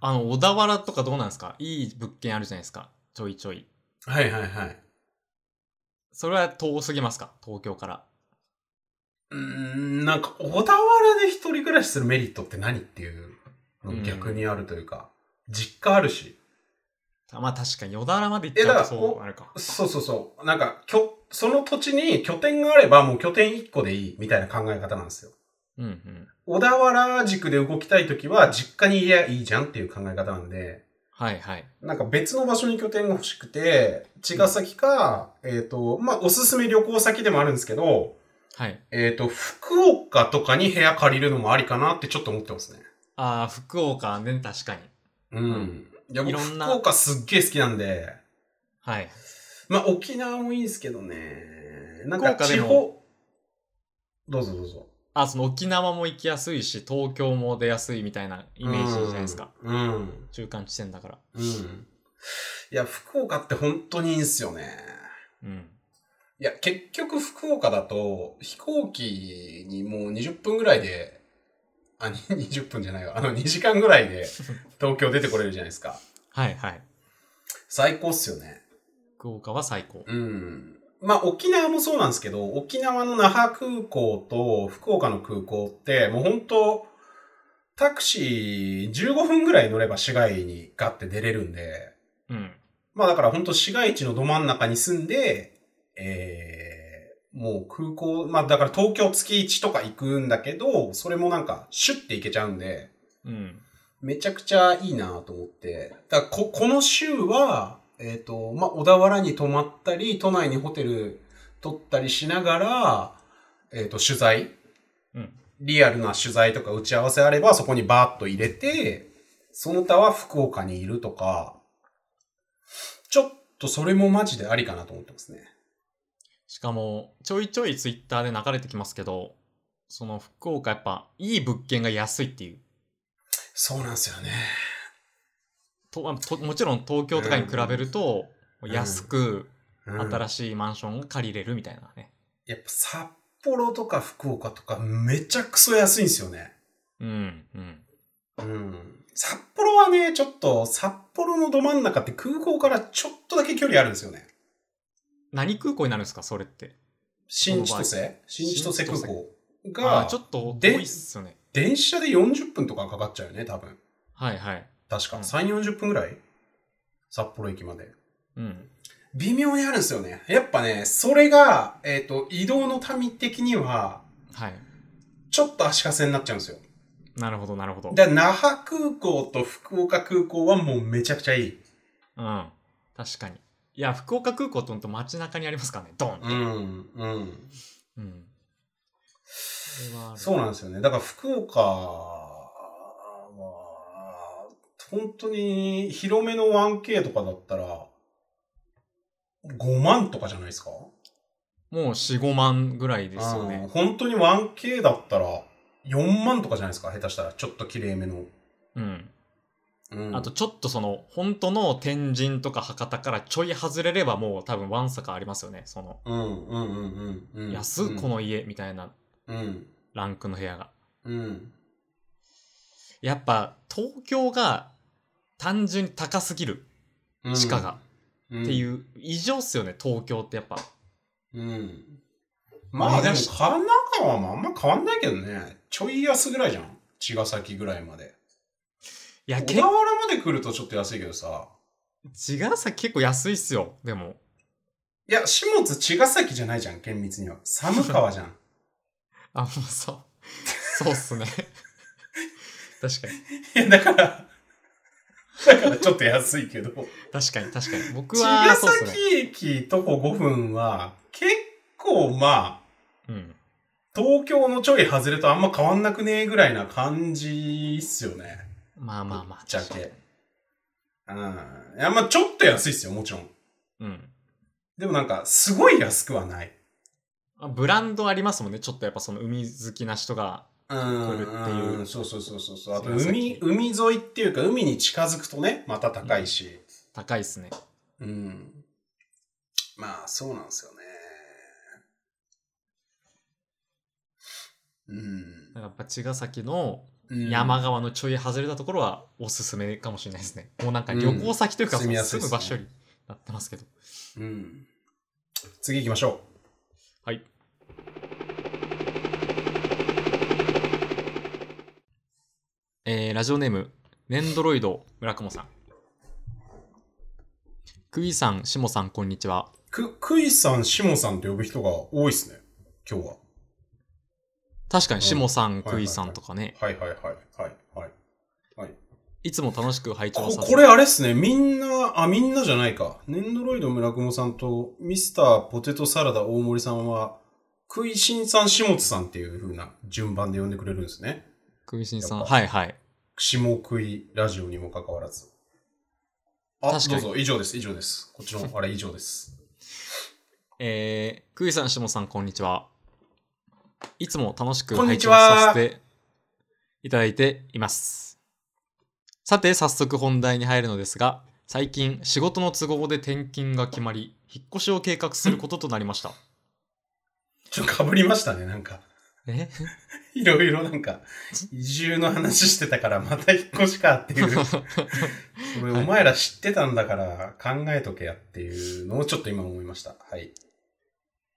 あの、小田原とかどうなんですかいい物件あるじゃないですか。ちょいちょい。はいはいはい。それは遠すぎますか東京から。うーんなんか、小田原で一人暮らしするメリットって何っていうのうん逆にあるというか、実家あるし。あまあ確かに、小田原まで行っちゃうとそうなるか。そうそうそう。なんか、きょその土地に拠点があればもう拠点1個でいいみたいな考え方なんですよ。うんうん。小田原軸で動きたいときは実家にいりゃいいじゃんっていう考え方なんで、はいはい。なんか別の場所に拠点が欲しくて、茅ヶ崎か、えっ、と、まあ、おすすめ旅行先でもあるんですけど、はい。えっ、と、福岡とかに部屋借りるのもありかなってちょっと思ってますね。ああ、福岡ね、確かに。うん。いや、い僕、ろんな福岡すっげえ好きなんで、はい。まあ、沖縄もいいんですけどね。なん福か岡地でも方、どうぞどうぞ。あ、その沖縄も行きやすいし、東京も出やすいみたいなイメージじゃないですか。うん。うん。中間地点だから。うん。いや、福岡って本当にいいんすよね。うん。いや、結局福岡だと、飛行機にもう20分ぐらいで、あ、に20分じ (laughs) ゃないわ。あの、2時間ぐらいで東京出てこれるじゃないですか。はいはい。最高っすよね。福岡は最高。うん。まあ、沖縄もそうなんですけど、沖縄の那覇空港と福岡の空港って、もう本当タクシー15分ぐらい乗れば市街にガッて出れるんで、うん。まあだから本当市街地のど真ん中に住んで、えー、もう空港、まあだから東京月1とか行くんだけど、それもなんかシュッて行けちゃうんで、うん。めちゃくちゃいいなと思って。だからこ、この週は、えっ、と、まあ、小田原に泊まったり、都内にホテル取ったりしながら、えっ、と、取材、うんリアルな取材とか打ち合わせあれば、そこにバーッと入れて、その他は福岡にいるとか、ちょっとそれもマジでありかなと思ってますね。しかも、ちょいちょいツイッターで流れてきますけど、その福岡やっぱ、いい物件が安いっていう。そうなんですよね。とあともちろん東京とかに比べると、ん安くうん新しいマンションを借りれるみたいなね。やっぱ札幌とか福岡とかめちゃくそ安いんですよね。うん、うん。うん札幌はね、ちょっと、札幌のど真ん中って空港からちょっとだけ距離あるんですよね。何空港になるんですかそれって。新千歳新千歳空港ああー、、がちょっと遠でいっすよね。電車で40分とかかかっちゃうよね、多分。はいはい。確か。うん3、40分ぐらい札幌駅まで。うん。微妙にあるんですよね。やっぱね、それが、えっ、と、移動の民的には、はい。ちょっと足かせになっちゃうんですよ。なるほど、なるほど。で、那覇空港と福岡空港はもうめちゃくちゃいい。うん。確かに。いや、福岡空港ってほんと街中にありますからね。ドンって。うん、うん。うん。それはあるそうなんですよね。だから福岡は、本当に広めの 1K とかだったら、5万とかじゃないですかもう4、5万ぐらいですようんね。本当に 1K だったら、4万とかじゃないですか下手したら、ちょっと綺麗めの。うん。うん、あと、ちょっとその、本当の天神とか博多からちょい外れればもう多分ワンサカありますよね。その、うん、うん、うん、うんうん。安っこの家みたいなうん、ランクの部屋が。うん。やっぱ、東京が単純に高すぎる。うん。地価が。うんていう、異常っすよね、東京ってやっぱ。うん。まあでも、神奈川もあんま変わんないけどね。ちょい安ぐらいじゃん。茅ヶ崎ぐらいまで。いや、小け田原まで来るとちょっと安いけどさ。茅ヶ崎結構安いっすよ、でも。いや、下津茅ヶ崎じゃないじゃん、厳密には。寒川 (laughs) じゃん。あ、もうそう。そうっすね。確かに。いや、だから、だからちょっと安いけど。確かに、確かに。僕茅は、ヶそうっすね崎。駅徒歩5分は、結構まあ、うん。東京のちょい外れとあんま変わんなくねえぐらいな感じっすよね。まあまあまあ。じゃ確かにけ。うん。いや、まあちょっと安いっすよ、もちろん。うん。でもなんか、すごい安くはない。あブランドありますもんね。ちょっとやっぱその海好きな人が。う。来るっていうんそうそうそうそうそう。あと、茅ヶ海崎、海沿いっていうか、海に近づくとね、また高いし。高いっすね。うん。まあ、そうなんですよね。うんだからやっぱ茅ヶ崎のうん。山側のちょい外れたところはおすすめかもしれないですね。もうなんか旅行先というか、うんそ住みのやすい住っすねむ場所になってますけど。うん。次行きましょはい。えー、ラジオネーム、ネンドロイド村雲さん。クイさん、しもさん、こんにちは。う。く、クイさん、シモさんと呼ぶ人が多いですね。今日は。確かに、んしもさん、はいクイさんとかね、はいはいはい。はいはい。はい。いつも楽しく拝こ聴させこれあれっすね。みんな、あ、みんなじゃないか。ネンドロイド村雲さんと、ミスターポテトサラダ大森さんは、クイシンさん、下津さんっていう風な順番で呼んでくれるんですね。クイシンさやん、っぱはいはい。下食いラジオにもかかわらず。あ、確かどうにぞ、以上です、以上です。こっちの、あれ以上です。 (laughs) えー、クイさん、しもさん、こんにちは。いつも楽しくこん拝にち聴はさせていただいています。さて、早速本題に入るのですが、最近、仕事の都合で転勤が決まり、引っ越しを計画することとなりま (laughs) した。ちょっとかぶりましたね、なんか。えいろいろなん (laughs) か、移住の話してたから、また引っ越しかっ (laughs) ていう。これ、はいお前ら知ってたんだから、考えとけやっていうのをちょっと今思いました。はい。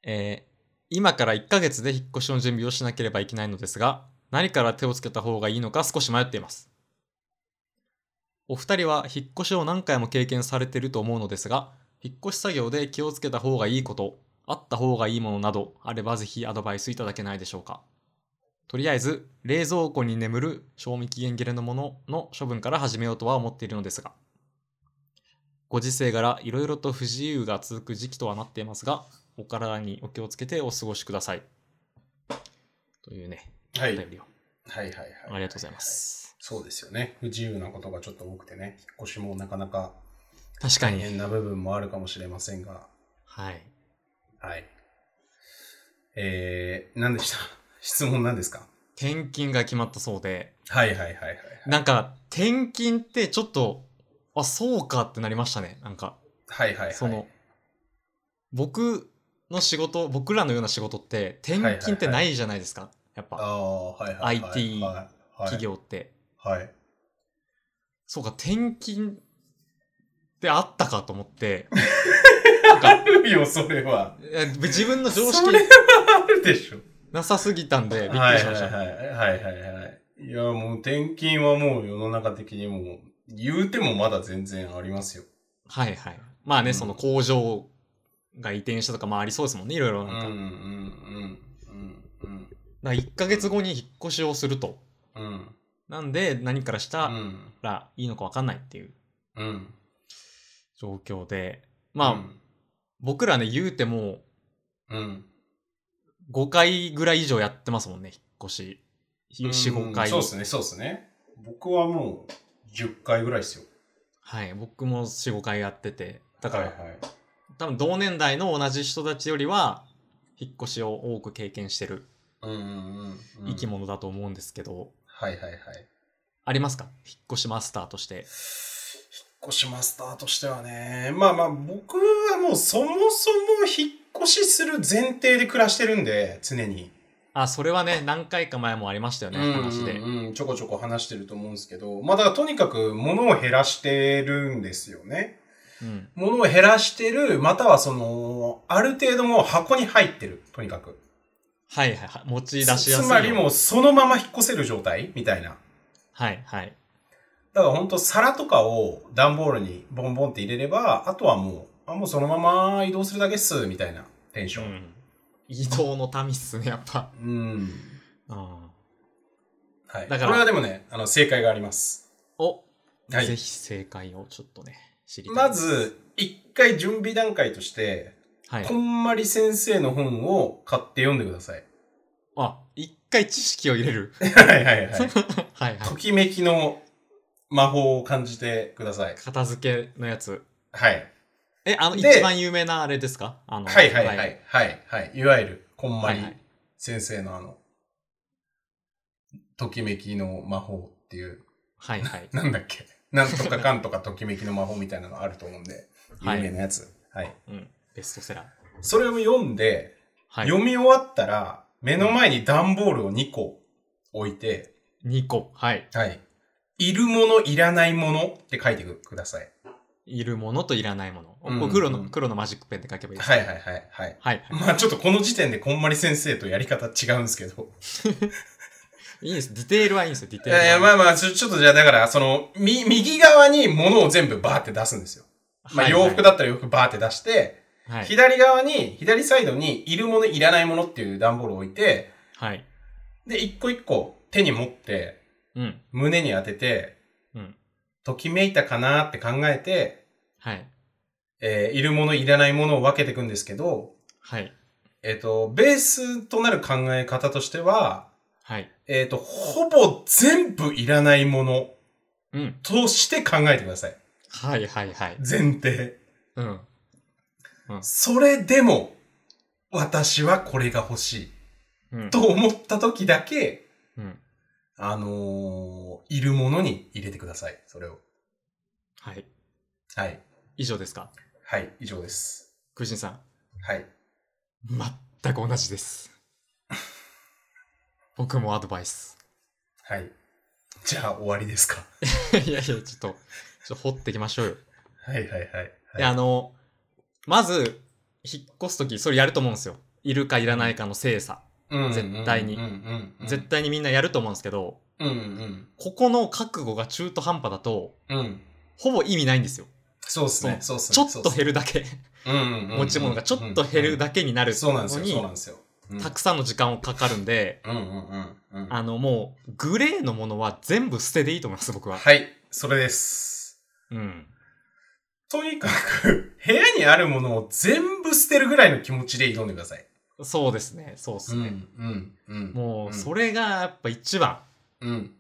えー今から1ヶ月で引っ越しの準備をしなければいけないのですが、何から手をつけた方がいいのか少し迷っています。お二人は引っ越しを何回も経験されていると思うのですが、引っ越し作業で気をつけた方がいいこと、あった方がいいものなどあればぜひアドバイスいただけないでしょうか。とりあえず、冷蔵庫に眠る賞味期限切れのものの処分から始めようとは思っているのですが。ご時世柄、いろいろと不自由が続く時期とはなっていますが、お体にお気をつけてお過ごしください。というね、おはい。はい便りをはいはい。ありがとうございま。す。そうですよね。不自由なことがちょっと多くてね、引っ越しもなかなか確か大に。変な部分もあるかもしれませんが、はい。はい。えー、何でした (laughs) 質問何ですか転勤が決まったそうで、はいはいはいはいはい。なんか、転勤ってちょっと、あ、そうかってなりましたね。なんか、はいはいはい。その、僕の仕事、僕らのような仕事って、転勤ってないじゃないですか。やっぱ、ああー、はいはいはい。 IT はい企。業って。はい。そうか、転勤ってあったかと思 (laughs) って、あ (laughs) るよ、それは。いや自分の常識それはあるでしょ。なさすぎたんで、びっくはいりはいしはまいした。はいはいはい。いや、もう転勤はもう世の中的にも、言うてもまだ全然ありますよ。はいはい。まあね、うんその工場が移転したとか、まあありそうですもんね、いろいろうんなうか。だんんかうんうんら1ヶ月後に引っ越しをすると。うんうん。なんで、何からしたうんらいいのかわかんないっていううん。状況で。まあ、僕らね、言うても、あ、うん。 5回ぐらい以上やってますもんね、引っ越し。4、う5ん回。そうですね、そうですね。僕はもう、10回ぐらいですよ。はい。僕も4、5回やってて。だだから、はいはい。多分同年代の同じ人たちよりは、引っ越しを多く経験してるうんうんうん。生き。物だと思うんですけど、はいはいはい。ありますか引っ越しマスターとして。引っ越しマスターとしてはね、まあまあ僕はもうそもそも引っ越しする前提で暮らしてるんで、常に。あ、それはね、何回か前もありましたよね、話でう。んうんうん、ちょこちょこ話してると思うんですけど、まあだからとにかく物を減らしてるんですよね。うん。ものを減らしてる、またはその、ある程度もう箱に入ってる、とにかく。はいはいはい。持ち出しやすいよつう。まりもうそのまま引っ越せる状態みたいな。はいはい。だから本当皿とかを段ボールにボンボンって入れれば、あとはもう、あ、もうそのまま移動するだけっす、みたいなテンシうョン。ん。移動の民っすね、やっ (laughs) ぱ。うん。うん。はだい。からこれはでもね、あの、正解があります。お、はいぜひ正解をちょっとね、知りたい。ま、ず、一回準備段階として、はいこ。んまり先生の本を買って読んでください。あ、一回知識を入れる。はいはいはい。 (laughs) はいは (laughs) ときめきの魔法を感じてくださいい。。片付けのやつ。はい。え、あの、で一番有名なあれですかあの、はいはいははい。い。はいはい。いわゆる、こんまはいりはい先生のあの、ときめきの魔法っていう、はいはい。なんだっけ。なんとかかんとかときめきの魔法みたいなのあると思うんで、 (laughs) は有い名なやつ。はい。うん。ベストセラー。それを読んで、はい。読み終わったら、目の前に段ボールを2個置いて、 2個。はい。はい。いるもの、いらないものって書いてください。いるものといらないもの。うんこれ黒の、黒のマジックペンで書けばいいです。はいはいはいはい。はいはい。まあちょっとこの時点でこんまり先生とやり方違うんですけど。いいです。ディテー (laughs) ルはいいんですよ、ディいテールは。やいや、まあまあ、ちょちょっとじゃあだから、その、み、右側に物を全部バーって出すんですよ。まあはい洋服、だったら洋服バーって出して、はい。左側に、左サイドにいるもの、いらないものっていう段ボールを置いて、はい。で、一個一個手に持って、うん。胸に当てて、うん。ときめいたかなって考えて、はい。えーいるもの、いらないものを分けていくんですけど、はい。えっ、と、ベースとなる考え方としては、はい。えっ、と、ほぼ全部いらないものうん。として考えてください。はいはいはい。前提。うん。それでも、私はこれが欲しうんい。。と思った時だけ、うん。あのーいるものに入れてください。それを。はい。はい。以上ですかはい。以上です。空心さん。はい。全く同じです。 (laughs) 僕もアドバイス。 (laughs) はい。じゃあ、終わりですか。いやいや、ちょっと、ちょっと掘っていきましょうよ。はいはいはい。で、あの、まず、引っ越すとき、それやると思うんですよ。いるかいらないかの精査。うん絶対にうんうんうん、絶対にみんなやると思うんですけど、うんうんここの覚悟が中途半端だと、うん。うん。ほぼ意味ないんですよ。そうっすね。そうっすね。ちょっと減るだけ。そうっすね、うんうんうんうん持ち物がちょっと減るだけになるそうなんでのすよ。そうになん、ですよ。うんたくさんの時間をかかるんで、うんうんうんうん。あの、もう、グレーのものは全部捨てていいと思います、僕は。はい。それです。うん。とにかく、 (laughs) 部屋にあるものを全部捨てるぐらいの気持ちで挑んでください。そうですね、そうですね。ん、うん。もうう、んそれがやっぱ一番。うん。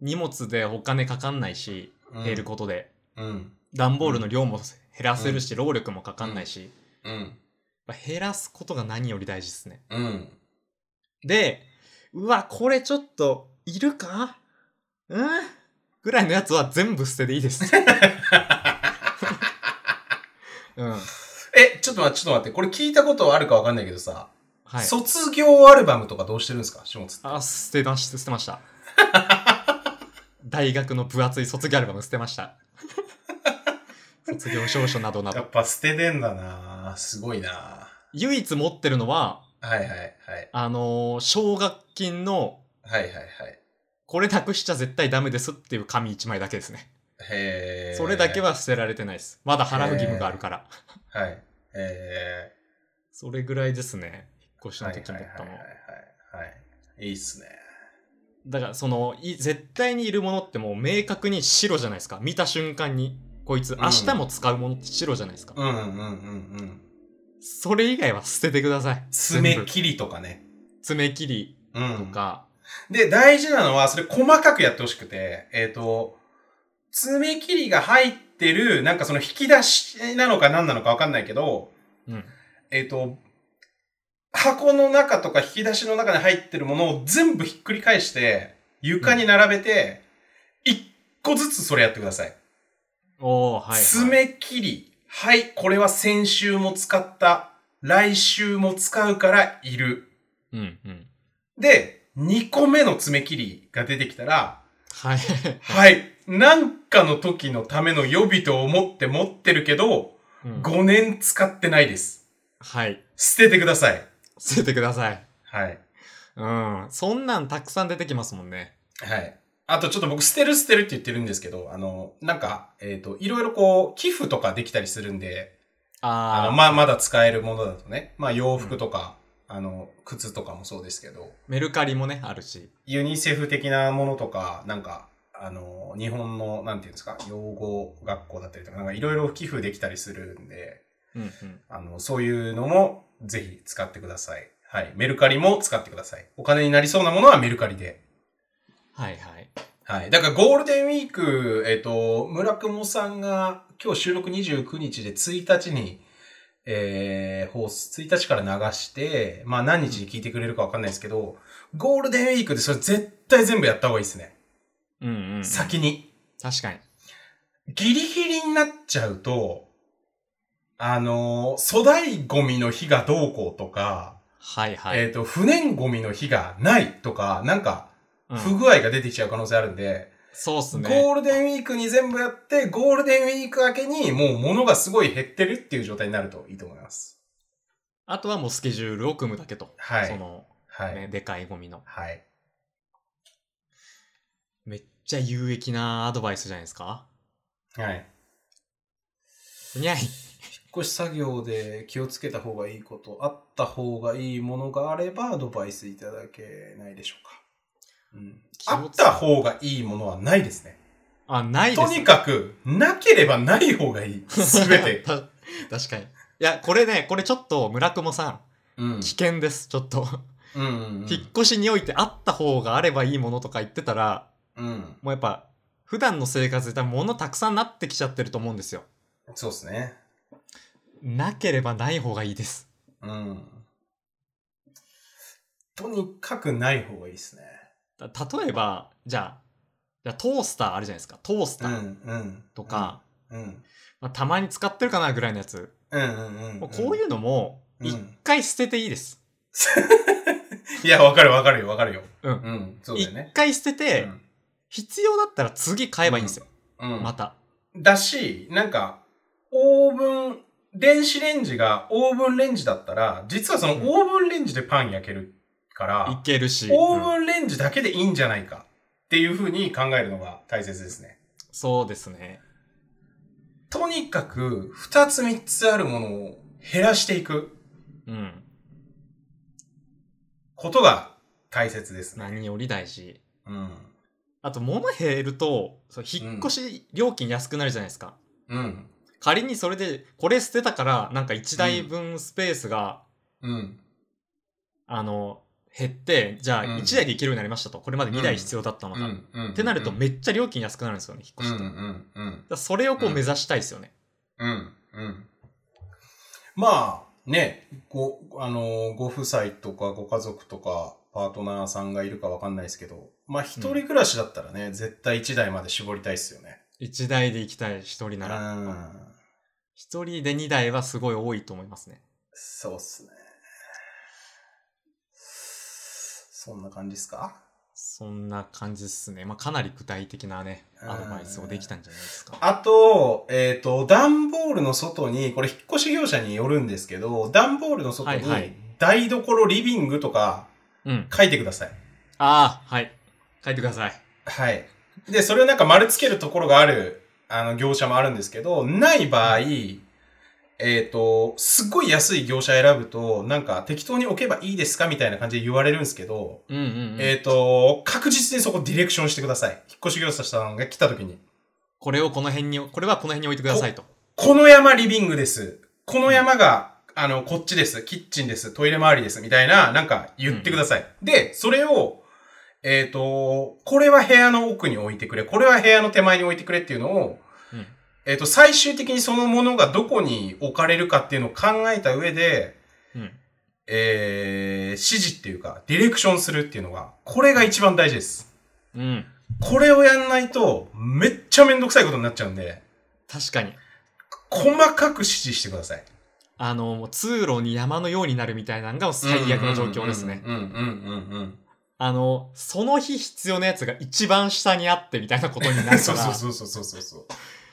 荷物でお金かかんないし、減ることで。うん。段ボールの量も減らせるし、労力もかかんないし、うん。やっぱ減らすことが何より大事ですね。うん。で、うわ、これちょっと、いるかうんぐらいのやつは全部捨てていいです。 (laughs) うん。え、ちょっと待って、ちょっと待って。これ聞いたことあるかわかんないけどさ、はい。卒業アルバムとかどうしてるんですか下津って。あ、捨てました、捨てました。大学の分厚い卒業アルバム捨てま (laughs) した。卒業証書などなやど。っぱ捨ててんだなぁすごいな唯一持ってるのは、ぁはいはいはい。あのー奨学金の、はいはいはい。これなくしちゃ絶対ダメですっていう紙1枚だけですね。へーそれだけ。は捨てられてないです。まだ払う義務があるから。はい。えそれぐらいですね。引っ越しー。はのい時はいにはい持ったはいの。はい。いいっすね。だから、その、い絶対にいるものってもう明確に白じゃないですか。見た瞬間に、こいつん明日も使うものって白じゃないですか。うんうんうんうん。それ以外は捨ててください。爪全部切りとかね。爪切りうん。とか、で、大事なのは、それ細かくやってほしくて、えっ、と、爪切りが入ってる、なんかその引き出しなのか何なのかわかんないけど、うん。えっ、と、箱の中とか引き出しの中に入ってるものを全部ひっくり返して、床に並べて、一、個ずつそれやってください。おー、はい、はい。爪切り。はい、これは先週も使った。来週も使うからいる。うん、うん。で、2個目の爪切りが出てきたら、はい。 (laughs) はい。なんかの時のための予備と思って持ってるけど、うん5年使ってないです。はい。捨ててください。捨ててください。はい。うん。そんなんたくさん出てきますもんね。はい。あとちょっと僕、捨てる捨てるって言ってるんですけど、あの、なんか、えっ、と、いろいろこう、寄付とかできたりするんで、ああー、の、まあ、まだ使えるものだとね、まあ、洋服とか、あの、靴とかもそうですけど、メルカリもね、あるし。ユニセフ的なものとか、なんか、あの、日本の、なんていうんですか、養護学校だったりとか、なんかいろいろ寄付できたりするんで、うんうん。あの、そういうのもぜひ使ってください。はい。メルカリも使ってください。お金になりそうなものはメルカリで。はいはい。はい。だからゴールデンウィーク、えっ、と、村雲さんが今日収録29日で1日に、えー、放送、1日から流して、まあ何日に聞いてくれるかわかんないですけど、ゴールデンウィークでそれ絶対全部やった方がいいですね。うんうん、うん。先に。確かに。ギリギリになっちゃうと、あのー粗大ゴミの日がどうこうとか、はいはい。えっ、と、不燃ゴミの日がないとか、なんか、うん不具合が出てきちゃう可能性あるんで、そうっすね。ゴールデンウィークに全部やって、ゴールデンウィーク明けにもう物がすごい減ってるっていう状態になるといいと思います。あとはもうスケジュールを組むだけと。はいその、はい。ね、でかいゴミの。はい。めっちゃ有益なアドバイスじゃないですか。はい。にゃい。引っ越し作業で気をつけた方がいいこと、あった方がいいものがあればアドバイスいただけないでしょうか。うん、気あをっつけた方がいいものはないですね。あ、ないです。とにかく、なければない方がいい。すべ (laughs) て (laughs) た確かに。いや、これね、これちょっと村雲さん、うん危険です、ちょっと。うんうん引っ越しにおいてあった方があればいいものとか言ってたら、うん。うん。もうやっぱ、普段の生活で多分物たくさんなってきちゃってると思うんですよ。そうですね。なければない方がいいです。うん。とにかくない方がいいですね。た例えば、じゃあ、じゃあトースターあるじゃないですか。トースタうんーうん。とか、うん。まあ、たまに使ってるかなぐらいのやつ。うんうんうん。。もうこういううのも、うん一回捨てていいです。いや、わかるわかるよわかるよ。うんうん。そうだ一、よね。回捨てて、うん必要だったら次買えばいいんですよ。うん。また。だし、なんか、オーブン、電子レンジがオーブンレンジだったら、実はそのうんオーブンレンジでパン焼けるかいら、けるし。オうんーブンレンジだけでいいんじゃないかっていうふうに考えるのが大切ですね。そうですね。とにかく、二つ三つあるものを減らしていく。うん。ことが大切ですね。何より大事。うん。あと、物減ると、そう引っ越し料金安くなるじゃないですか。うん。仮にそれで、これ捨てたから、なんか1台分スペースが、うん。あの、減って、じゃあうん1台でいけるようになりましたと。これまで2台必要だったのうが。っん。うん。てなると、っめっちゃ料金安くなるんですよね、引っうん。越しうって。だかん。うん。らそれをこううん目指したいですよね。うん。うん。まあ、ね、ご、あのー、ご夫妻とかご家族とか、パートナーさんがいるかわかんないですけど、まあ一人暮らしだったらね、絶対一台まで絞りたいっすよね。 1台で行きたい1人うなら。ん。 1人で2台はすごい多いと思いますね。そうっすね。そんな感じっすかそんな感じですね。まあ、かなり具体的なね、うんアドバイスをできたんじゃないですか。あと、えっ、と、段ボールの外に、これ引っ越し業者によるんですけど、段ボールの外はいはいに、台所、リビングとかうん。書いてください。ああ、はい。書いてください。はい。で、それをなんか丸つけるところがある、あの、業者もあるんですけど、ない場合、えっ、と、すっごい安い業者選ぶと、なんか適当に置けばいいですかみたいな感じで言われるんですけど、うんうん、うん。えっ、と、確実にそこディレクションしてください。引っ越し業者さんが来た時に。これをこの辺に、これはこの辺に置いてくださいと。この山リビングです。この山が、あの、こっちです。キッチンです。トイレ周りです。みたいな、なんか言ってください。で、それを、えっ、と、これは部屋の奥に置いてくれ。これは部屋の手前に置いてくれっていうのを、うん。えっ、と、最終的にそのものがどこに置かれるかっていうのを考えた上で、うん。えー、指示っていうか、ディレクションするっていうのが、これが一番大事です。うん。これをやんないと、めっちゃめんどくさいことになっちゃうんで、確かに。細かく指示してください。あの、もう通路に山のようになるみたいなのが最悪の状況ですね。うんうんうんうんうんうん。あの、その日必要なやつが一番下にあってみたいなことになるから。 (laughs) そうそうそうそうそうそうそう。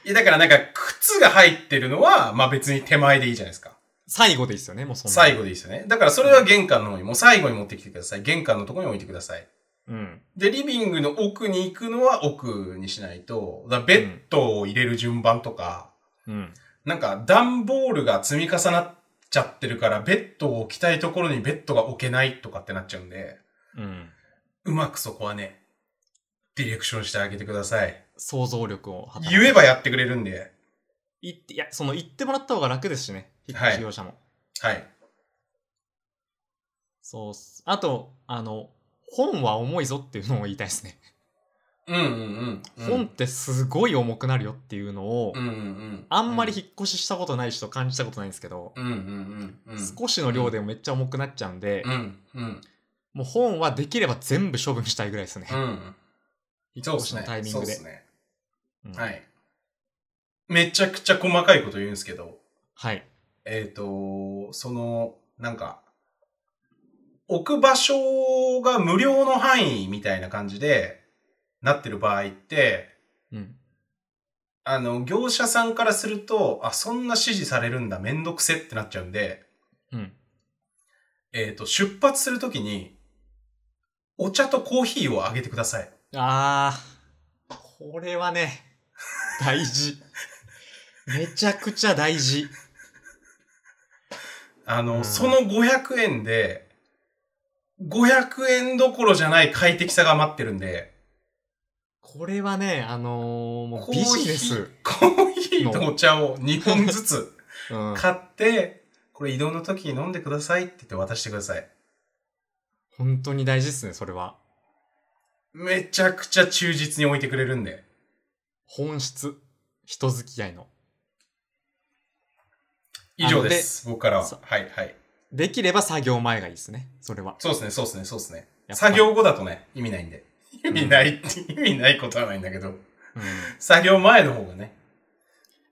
いや、だからなんか、靴が入ってるのは、まあ別に手前でいいじゃないですか。最後でいいですよね、もうそんな。最後でいいですよね。だからそれは玄関の方に、もう最後に持ってきてください。玄関のところに置いてください。うん。で、リビングの奥に行くのは奥にしないと、だからベッドを入れる順番とか、うん。なんか段ボールが積み重なっちゃってるから、ベッドを置きたいところにベッドが置けないとかってなっちゃうんで、うん。うまくそこはね、ディレクションしてあげてください。想像力を働言えばやってくれるんで、言って、いや、その言ってもらった方が楽ですしね。引っはい越し業者も。はい。そうっす。あと、あの、本は重いぞっていうのを言いたいですね。うんうんうん。本ってすごい重くなるよっていうのを、うんうんうん。あんまり引っ越ししたことない人感じたことないんですけど、うんうんうんうん。少しの量でもめっちゃ重くなっちゃうんで、うんうんもう本はできれば全部処分したいぐらいですね。うん。引そうっで越しすのね。タイミングで。そうっすね。うんはい。めちゃくちゃ細かいこと言うんですけど、はい。えっ、と、その、なんか、置く場所が無料の範囲みたいな感じで、なってる場合って、うん。あの、業者さんからすると、あ、そんな指示されるんだ、めんどくせってなっちゃうんで、うん。えっ、と、出発するときに、お茶とコーヒーをあげてください。あー、これはね、大事。めちゃくちゃ大事。あの、うんその500円で、500円どころじゃない快適さが待ってるんで、これはね、あのー、もコうーヒビージネス。コーヒーとお茶を2本ずつ (laughs) うん。買って、これ移動の時に飲んでくださいって言って渡してください。本当に大事ですね、それは。めちゃくちゃ忠実に置いてくれるんで。本質。人付き合いの。以上です。僕からはそ。はい、はい。できれば作業前がいいですね、それは。そうですね、そうですね、そうですね。やっぱり作業後だとね、意味ないんで。意味ないって、意味ないことはないんだけど。うん。作業前の方がね。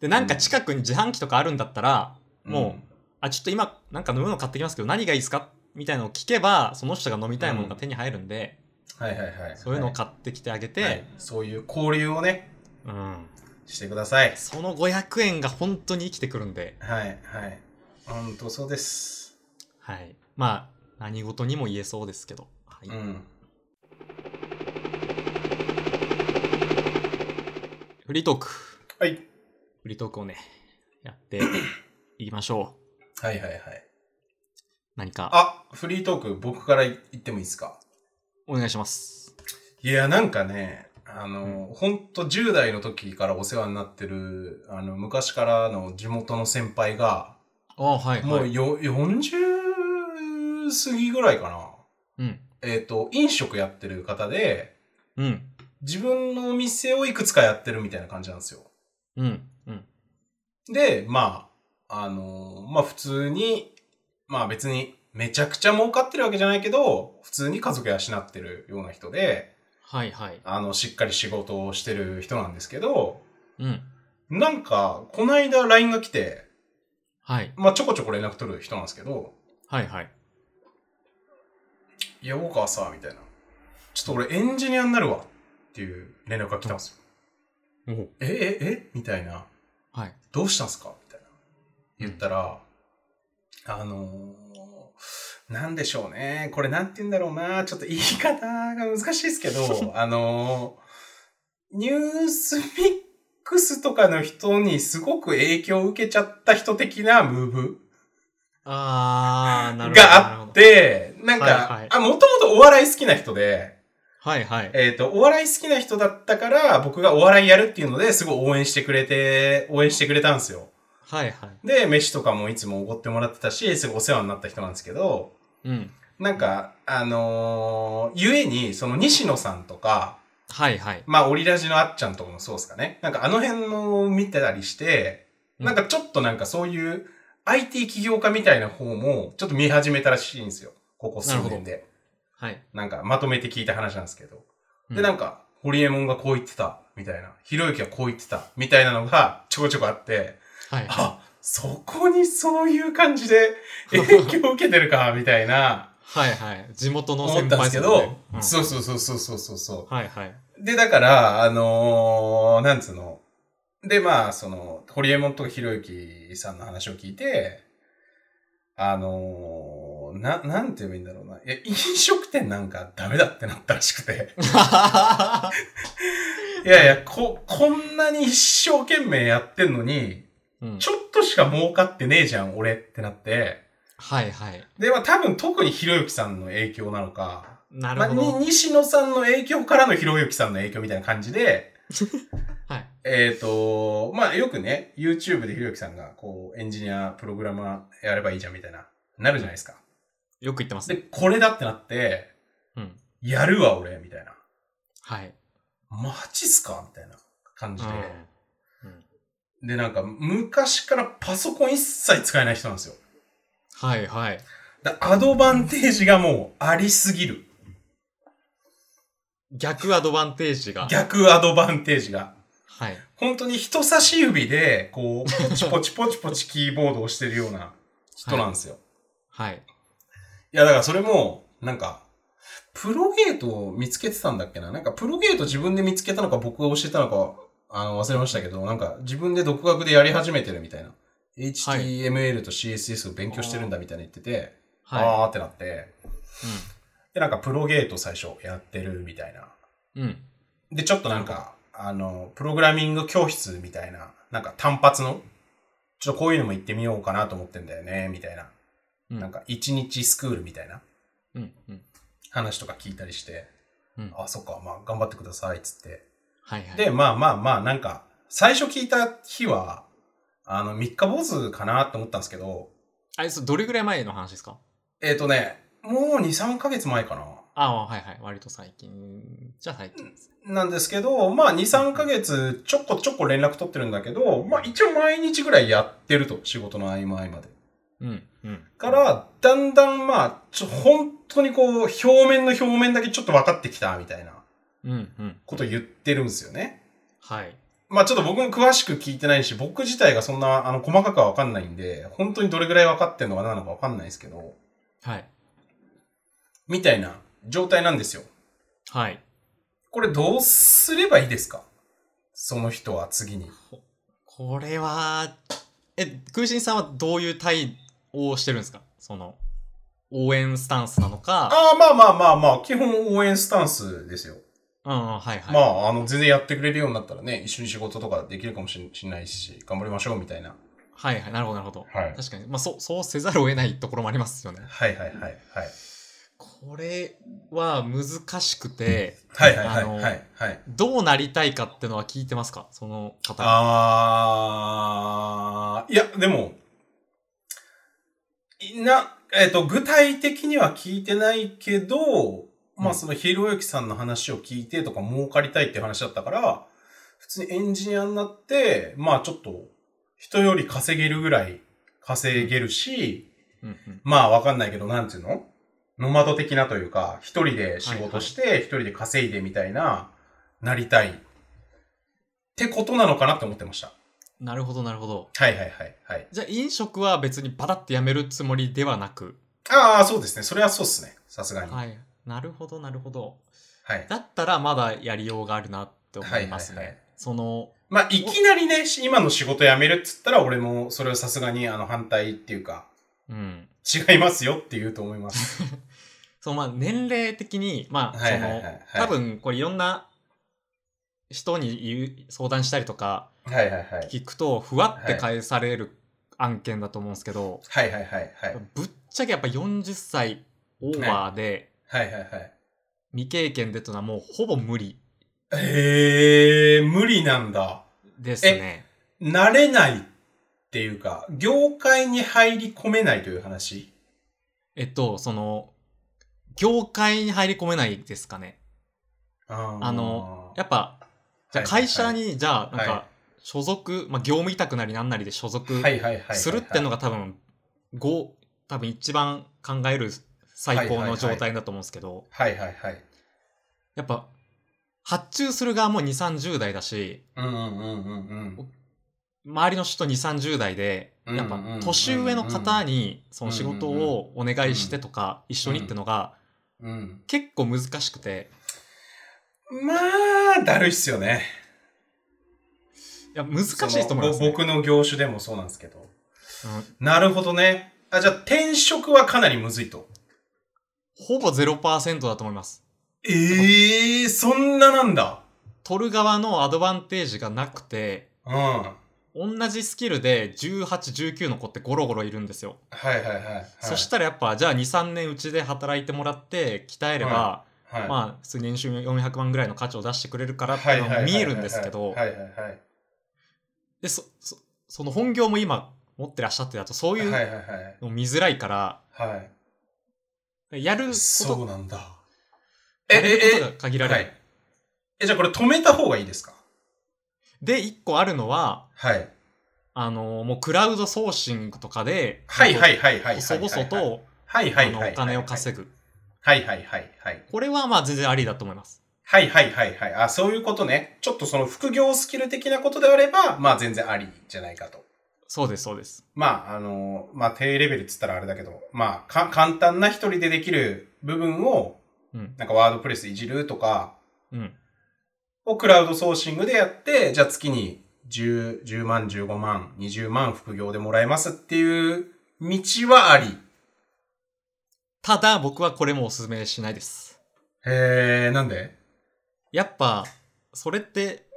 で、なんか近くに自販機とかあるんだったら、もんう、あ、ちょっと今、なんか飲み物買ってきますけど、何がいいですかみたいなのを聞けば、その人が飲みたいものが手に入るんで、はいはいはい。そういうのを買ってきてあげて、はいそういう交流をね、うん。してください。その500円が本当に生きてくるんで、はいはい。ほんとそうです。はい。まあ、何事にも言えそうですけど。はい。うん。フリートーク。はい。フリートークをね、やっていきましょう。はいはいはい。何か、あ、フリートーク僕から言ってもいいですかお願いします。いや、なんかね、あの、ほんと10代の時からお世話になってる、あの、昔からの地元の先輩が、あはい、もはうい。よ、40過ぎぐらいかな。うん。えっ、と、飲食やってる方で、うん。自分のお店をいくつかやってるみたいな感じなんですよ。うん。うん。で、まあ、あのーまあ普通に、まあ別にめちゃくちゃ儲かってるわけじゃないけど、普通に家族養ってるような人で、はい、はい。あの、しっかり仕事をしてる人なんですけど、うん。なんか、こないだ LINE が来て、はい。まあちょこちょこ連絡取る人なんですけど、はい、はい。いや、大川さ、みたいな。ちょっと俺エンジニアになるわ、っていう連絡が来たんですよ。おうえ、え、えみたいな。はい。どうしたんすかみたいな。言ったら、あのー、なんでしょうね。これなんて言うんだろうな。ちょっと言い方が難しいで (laughs) すけど、あのー、ニュースミックスとかの人にすごく影響を受けちゃった人的なムーブあー、なるほど。なるがあほっど。て、なんはいはかい、あ、もともとお笑い好きな人で、はい、はい。えっ、と、お笑い好きな人だったから、僕がお笑いやるっていうのですごい応援してくれて、応援してくれたんですよ。はい、はい。で、飯とかもいつもおごってもらってたし、すごいお世話になった人なんですけど、うん。なんか、あのー、ゆえに、その西野さんとか、はい、はい。まあ、オリラジのあっちゃんとかもそうですかね。なんかあの辺のを見てたりして、うんなんかちょっとなんかそういう IT 起業家みたいな方もちょっと見始めたらしいんですよ。ここ数年で。はい。なんかまとめて聞いた話なんですけど。うで、んなんか、ホリエモンがこう言ってた、みたいな。ひろゆきはこう言ってた、みたいなのがちょこちょこあって、はい。 (laughs) あ、そこにそういう感じで影響を受けてるか、みたいなはいはい。地元の思っ先たんで輩すけですどね、うんそうそうそうそうそうそうそう。はい (laughs) はい。で、だから、あのーなんつうの。で、まあ、その、ホリエモンとかひろゆきさんの話を聞いて、あのーな、なんて言えばいいんだろうな。いや、飲食店なんかダメだってなったらしく (laughs) て。いやいや、こ、こんなに一生懸命やってんのに、うんちょっとしか儲かってねえじゃん、俺ってなって。はいはい。で、まあ多分特にひろゆきさんの影響なのか、なまあ、るほにど。西野さんの影響からのひろゆきさんの影響みたいな感じで、 (laughs) はいえっ、と、まあよくね、YouTube でひろゆきさんが、こう、エンジニア、プログラマーやればいいじゃんみたいな、なるじゃないですか。よく言ってますで、ね。これだってなって、うん。やるわ、俺、みたいな。はい。マジっすかみたいな感じで。うんうんで、なんか、昔からパソコン一切使えない人なんですよ。はいはい。だアドバンテージがもうありすぎる。逆アドバンテージが。逆アドバンテージが。はい。本当に人差し指で、こう、ポチポチポチポチキーボードをしてるような人なんですよ。い、はい。や、だからそれも、なんか、プロゲートを見つけてたんだっけななんか、プロゲート自分で見つけたのか、僕が教えたのか、あの、忘れましたけど、なんか、自分で独学でやり始めてるみたいな。HTML と CSS を勉強してるんだみたいな言ってて、はあーってなって、で、なんか、プロゲート最初やってるみたいな。い。うん。で、ちょっとなんか、あの、プログラミング教室みたいな、なんか単発の、ちょっとこういうのも行ってみようかなと思ってんだよね、みたいな。うん。なんか、一日スクールみたいなうん。うん。話とか聞いたりして、うんあ、そっか、まあ、頑張ってください、っつって。はいはい。で、まあまあまあ、なんか、最初聞いた日は、あの、三日坊主かなと思ったんですけど、あれ、それどれぐらい前の話ですかえっ、とね、もう2、3ヶ月前かな。ああ、はいはい。割と最近。じゃあ最近です。なんですけど、まあ2、3ヶ月ちょこちょこ連絡取ってるんだけど、まあ一応毎日ぐらいやってると、仕事の合間合間で。うん。うん。か、ら、だんだんまあ、ちょ、本当にこう、表面の表面だけちょっと分かってきた、みたいなうん。うん。こと言ってるんですよね。はい。まあちょっと僕も詳しく聞いてないし、僕自体がそんな、あの、細かくは分かんないんで、本当にどれぐらい分かってんのか何なのか分かんないですけど、はい。みたいな状態なんですよ。はい。これどうすればいいですかその人は次に。これは、え、空心さんはどういう対応をしてるんですかその、応援スタンスなのか、ああ、まあまあまあまあ、基本応援スタンスですよ。うん、うんはいはい。まあ、あの、全然やってくれるようになったらね、一緒に仕事とかできるかもしれないし、頑張りましょうみたいな。はいはい。なるほど、なるほど。はい確かに。まあ、そう、そうせざるを得ないところもありますよね。はいはいはいはい。これは難しくて、はいはいはあいのはいはい。どうなりたいかってのは聞いてますかその方。あー、いや、でも、いな、えっ、と、具体的には聞いてないけど、うまあんそのひろゆきさんの話を聞いてとか儲かりたいっていう話だったから、普通にエンジニアになって、まあちょっと人より稼げるぐらい稼げるし、うんうん、まあわかんないけど、なんていうのノマド的なというか、一人で仕事して、一人で稼いでみたいな、なりたい。ってことなのかなって思ってました。なるほど、なるほど。はいはいはいはい。じゃあ飲食は別にバタッてやめるつもりではなく。ああ、そうですね。それはそうですね。さすがに。はい。はい。なるほど、なるほど。はい。だったらまだやりようがあるなって思いますね。はいはいはいその、まあ、いきなりね、し今の仕事辞めるっつったら、俺もそれをさすがに、あの、反対っていうか、うん。違いますよって言うと思います。そのまあ年齢的に、 (laughs) まあ、はそいはいはのいはい、多分これいろんな人に言う相談したりとかはいはいはい。聞くと、ふわって返される案件だと思うんですけど、はいはいはいはい。ぶっちゃけやっぱ40歳オーバーではいはいはい。未経験でというのはもうほぼ無理へえー、無理なんだ。ですね。慣れないっていうか、業界に入り込めないという話。えっと、その、業界に入り込めないですかね。ああの、やっぱ、じゃあ会社に、じゃあ、なんか、所属、まあ、業務委託なりなんなりで所属するってのがが多分、ご、多分一番考える最高の状態だと思うんですけど、はいはいはい。やっぱ、発注する側も2、30代だし、うんうんうんうんうん。周りの人2、30代で、うんやっぱ年上の方、にその仕事をお願いしてとか一緒にってのがうんうん結構難しくてうんまあだるいっすよねいや難しいと思います、そねのぼ僕の業種でもそうなんですけどうんなるほどねあじゃあ転職はかなりむずいとほぼ0%だと思いますええそんななんだ取る側のアドバンテージがなくてうんは同じスキルで1819の子ってゴロゴロいるんですよ、いはいはい、はい、そしたらやっぱじゃあ23年うちで働いてもらって鍛えれば、はい、まあ普通に年収400万ぐらいの価値を出してくれるからってはいいうのはいもはいはい見えるんですけどはいはいはいでそそその本業も今持ってらっしゃってだとそういうはいはいはいの見づらいから、はいやることそうなんだえやれることえが限えられはる。いえじゃあこれ止めた方がいいですかで、一個あるのは、はいあのもうクラウドソーシングとかで、、はいはいいはいはい細々はいと、はいはあいのはいお金を稼ぐ。はいはいはいはいこれはまあ全然ありだと思います。はいはいはいはい。あ、そういうことね。ちょっとその副業スキル的なことであれば、まあ全然ありじゃないかと。そうです、そうです。まあ、あの、まあ低レベルっつったらあれだけど、まあか簡単な一人でできる部分を、うん、なんかワードプレスいじるとかうん、をクラウドソーシングでやって、じゃあ月に10、10万、15万、20万副業でもらえますっていう道はあり。ただ僕はこれもおすすめしないです。へえ、なんでやっぱ、それって、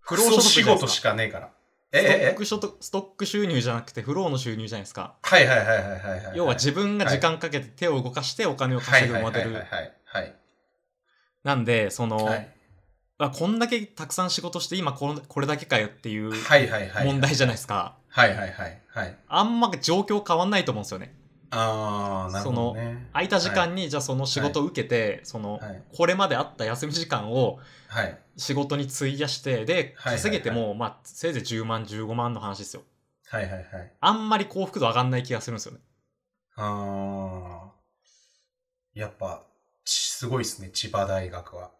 不不労所労得じ仕ゃないで事すしか。かねえから。ストッえええク所得ストック収入じゃなくて不労の収入じゃないですか。はいはいはいはいはいはい。要は自分が時間かけて手を動かしてお金を稼ぐモデはいルはいはいはいはい。なんで、その、はいまあこんだけたくさん仕事して今このこれだけかよっていうはいはいはい。問題じゃないですか、はいはいはいはい。あんま状況変わんないと思うんですよねああ、なるほどね。空いた時間にじゃあその仕事を受けて、その、はいこれまであった休み時間をはい。仕事に費やしてではいはいはい稼げても、まあせいぜい10万15万の話ですよはいはいはい。あんまり幸福度上がんない気がするんですよねああ。やっぱ、ちすごいですね、千葉大学は。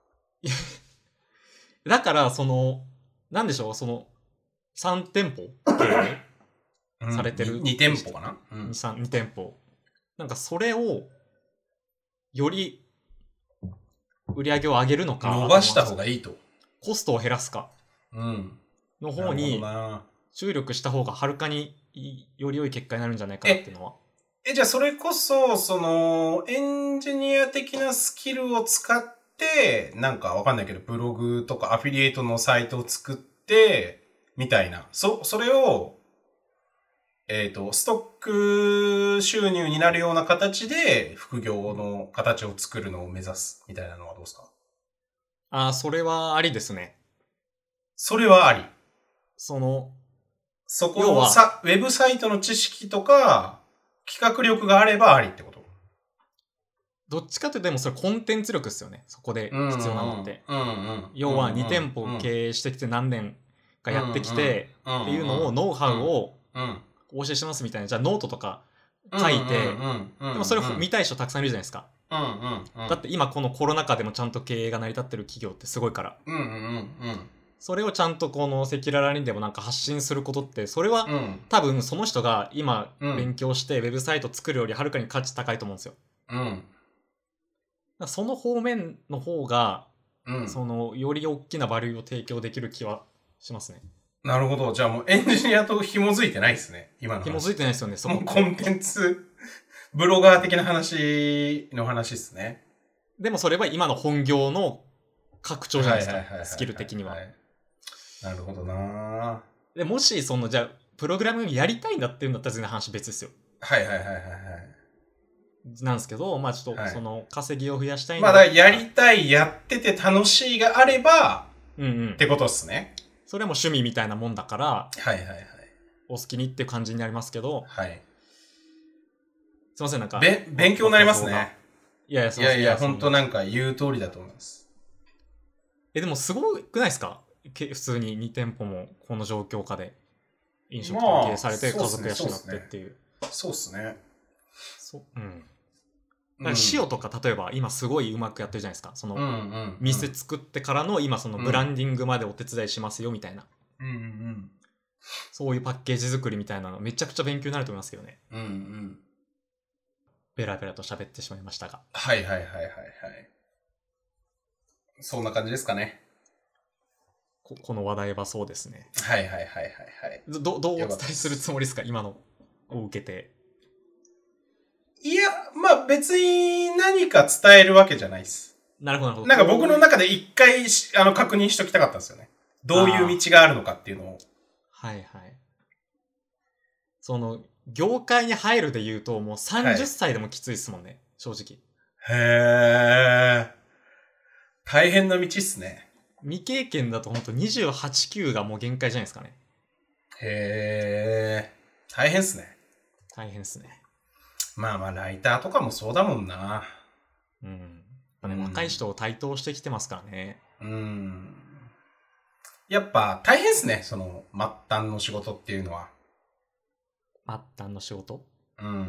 だからそのなんでしょうその3店舗経営うんされてるに2店舗かなうん (laughs) 二三二店舗。なんかそれを、より、売り上げを上げるのか、伸ばした方あとがいいと。コストを減らすかうん。の方なるほにどな注力した方がはるかにいより良い結果になるんじゃないかなっていうのは。え、じゃあそれこそ、その、エンジニア的なスキルを使って、なんかわかんないけど、ブログとかアフィリエイトのサイトを作って、みたいな。そ、それを、えっ、と、ストック収入になるような形で、副業の形を作るのを目指す、みたいなのはどうですかああ、それはありですね。それはあり。その、そこ要をはさ、ウェブサイトの知識とか、企画力があればありってことどっちかというとでもそれコンテンツ力ですよね。そこで必要なのって。。うんうん要は2店舗営経営してきて何年かやってきてっっていうのを、ノウハウをうんお教えしますみたいな。じゃあノートとか、書いてでもそれ見たい人たくさんいるじゃないですか。うんうんうん、だって今このコロナ禍でもちゃんと経営が成り立ってる企業ってすごいからうんうんうんそれをちゃんとこの赤裸々にでもなんか発信することってそれはうんうん多分その人が今うん勉強してウェブサイト作るよりはるかに価値高いと思うんですよ。だうんからその方面の方がうんそのより大きなバリューを提供できる気はしますね。なるほどじゃあもうエンジニアと紐づいてないですね今の話紐づいてないですよねそこ (laughs) もうコンテンツブロガー的な話の話ですねでもそれは今の本業の拡張じゃないですはいはいはいかはい。スキル的にはいいなるほどなぁでもしそのじゃあプログラミングやりたいんだっていうんだったら全然話別ですよ。はいはいはいはいはなんですけど、まあちょっとはいその稼ぎを増やしたいいんだまあだからやりたいやってて楽しいがあればうんうんっ。てことっすねそれはもう趣味みたいなもんだから、はいはいはいお好きにっていう感じになりますけど、はいすいません、なんか。べ勉強になりますねいやいや、いやいや、その本当なんか言う通りだと思います。え、でもすごくないですかけ普通に2店舗もこの状況下で飲食店まあ経営されて家そうっす族ね養そうっっすてねっていう。そうっすね。そううん。だから塩とか例えば今すごいうまくやってるじゃないですか。その、うんうんうん。店作ってからの今そのブランディングまでお手伝いしますよみたいな。うんうん。そういうパッケージ作りみたいなのめちゃくちゃ勉強になると思いますけどね。うんうん。ベラベラと喋ってしまいましたが。はいはいはいはいはい。そんな感じですかね。ここの話題はそうですね。はいはいはいはいはい。どどどうお伝よかっえたですするつもりですか今のを受けて。いや、まあ別に何か伝えるわけじゃないです。なるほど、なるほど。なんか僕の中で一回しあの確認しときたかったんですよね。どういう道があるのかっていうのを。はいはい。その、業界に入るで言うと、もうはい30歳でもきついですもんね、正直。へえ。大変な道っすね。未経験だと本当28、9がもう限界じゃないですかね。へえ。大変っすね。大変ですね。まあまあ、ライターとかもそうだもんな。うん。やっぱうんね、若い人を対等してきてますからね。うん。やっぱ大変っすね。その、末端の仕事っていうのは。末端の仕事。うん。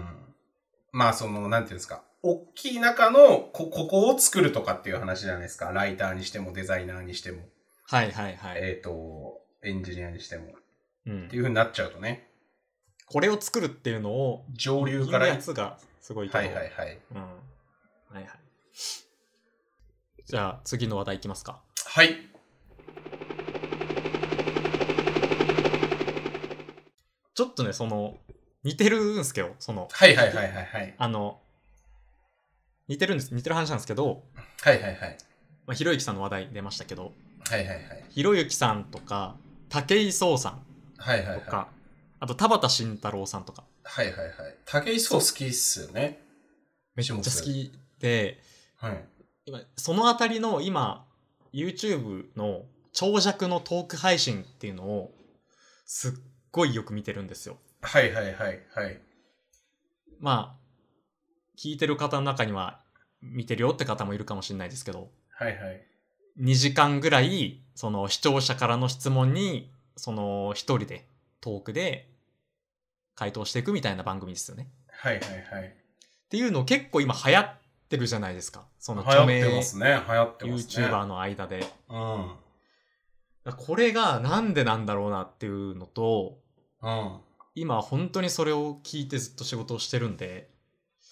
まあ、その、なんていうんですか。大きい中のこ、ここを作るとかっていう話じゃないですか。ライターにしても、デザイナーにしても、はいはいはい。えっ、と、エンジニアにしても。うっんてい。う風になっちゃうとね。これを作るっていうのを、上流か言うら。はやいつがすごいけど。はいはい。うん。はいはい。じゃあ次の話題いきますか。はい。ちょっとね、その、似てるんですけど、その、はいはいはいはいはい。あの、似てるんです、似てる話なんですけど、はいはいはい。まあ、ひろゆきさんの話題出ましたけど、はいはいはい。ひろゆきさんとか、武井壮さんはいはいはとい。か、あと田畑慎太郎さんとか、はいはいはい。武井壮好きっすよね。めっちゃ好きで、はい。今、そのあたりの今、YouTube の長尺のトーク配信っていうのを、すっごいよく見てるんですよ。はいはいはいはい。まあ、聞いてる方の中には、見てるよって方もいるかもしれないですけど、はいはい。 2時間ぐらい、その視聴者からの質問に、その一人で、トークで、回答していくみたいな番組ですよね。はいはいはい。っていうの結構今流行ってるじゃないですか。その著流行名ってますね。流行ってますね。 YouTuber の間で。うん。これがなんでなんだろうなっていうのと、うん。今本当にそれを聞いてずっと仕事をしてるんで、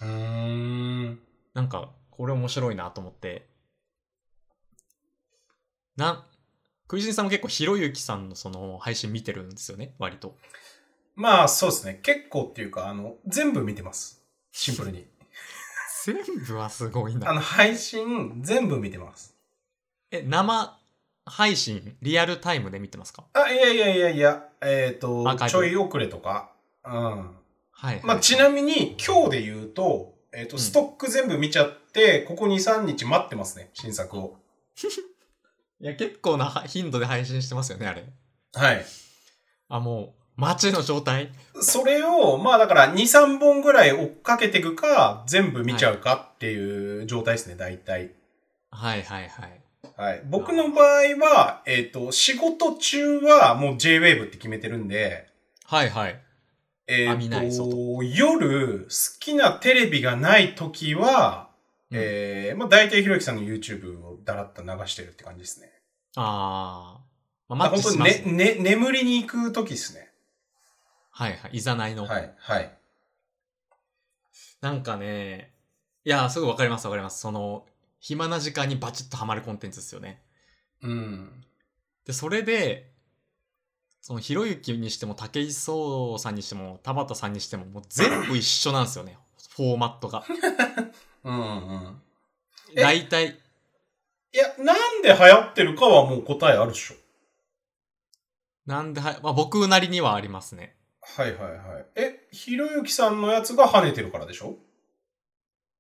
うーん。なんか、これ面白いなと思って。な、クイジンさんも結構ひろゆきさんのその配信見てるんですよね、割と。まあそうですね。結構っていうか、あの、全部見てます。シンプルに。全部はすごいあな。の、配信全部見てます。え、生配信、リアルタイムで見てますかあ、いやいやいやいや、えっ、とアーカイ、ブちょい遅れとか。うん。はい、はい。まあ、ちなみに、今日で言うと、えっ、と、うんストック全部見ちゃって、ここ2、3日待ってますね、新作を。いや、結構な頻度で配信してますよね、あれ。はい。あ、もう、待ちの状態。それを、まあだから2、3本ぐらい追っかけていくか、全部見ちゃうかっていう状態ですね、大体。はいはいはい。はい。僕の場合は、えっ、と、仕事中はもう JWAVE って決めてるんで、はいはい。えあ見ないっ、ぞと、夜、好きなテレビがない時は、うんえー、まあ大体ひろゆきさんの YouTube をだらっと流してるって感じですね。あー。まあ、マあッ本チ当しにますねね、ね、眠りに行く時ですね。はいはい。いざないの。はい、はい。なんかね、いや、すごいわかりますわかります。その、暇な時間にバチッとハマるコンテンツですよね。うん。で、それで、その、ひろゆきにしても、武井壮さんにしても、田畑さんにしても、もう全部一緒なんですよね。フォーマットが。うんうん。 (laughs) え大体、いや、なんで流行ってるかはもう答えあるでしょ。なんでは、まあ僕なりにはありますね。はいはいはい。え、ひろゆきさんのやつが跳ねてるからでしょ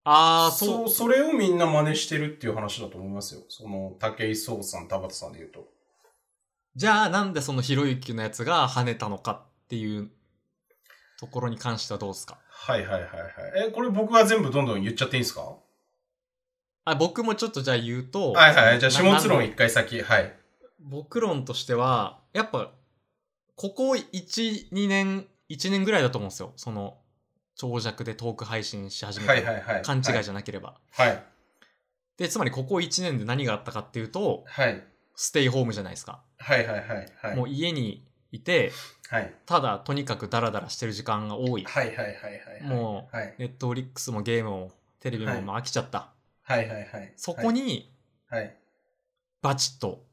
あー、そそうう、それをみんな真似してるっていう話だと思いますよ。その、武井壮さん、田畑さんで言うと。じゃあなんでそのひろゆきのやつが跳ねたのかっていうところに関してはどうですかはいはいはいはい。え、これ僕が全部どんどん言っちゃっていいんですかはあ僕もちょっとじゃあ言うと、いはい。じゃあ、な始末論なん一回先。はい。僕論としては、やっぱ、ここ1、2年、1年ぐらいだと思うんですよ。その、長尺でトーク配信し始めたはの。いはいはい。勘違いじじゃなければ。ゃはい。で、つまりここ1年で何があったかっていうと、はい。ステイホームじゃないですか。はいはいはいはい。もう家にいて、はい。ただとにかくダラダラしてる時間が多いはいはいはいはいはい。もう。はいネットフリックスもゲームもテレビはもいもう飽きちゃった、はいはいはい。そこにはい、はい。バチッと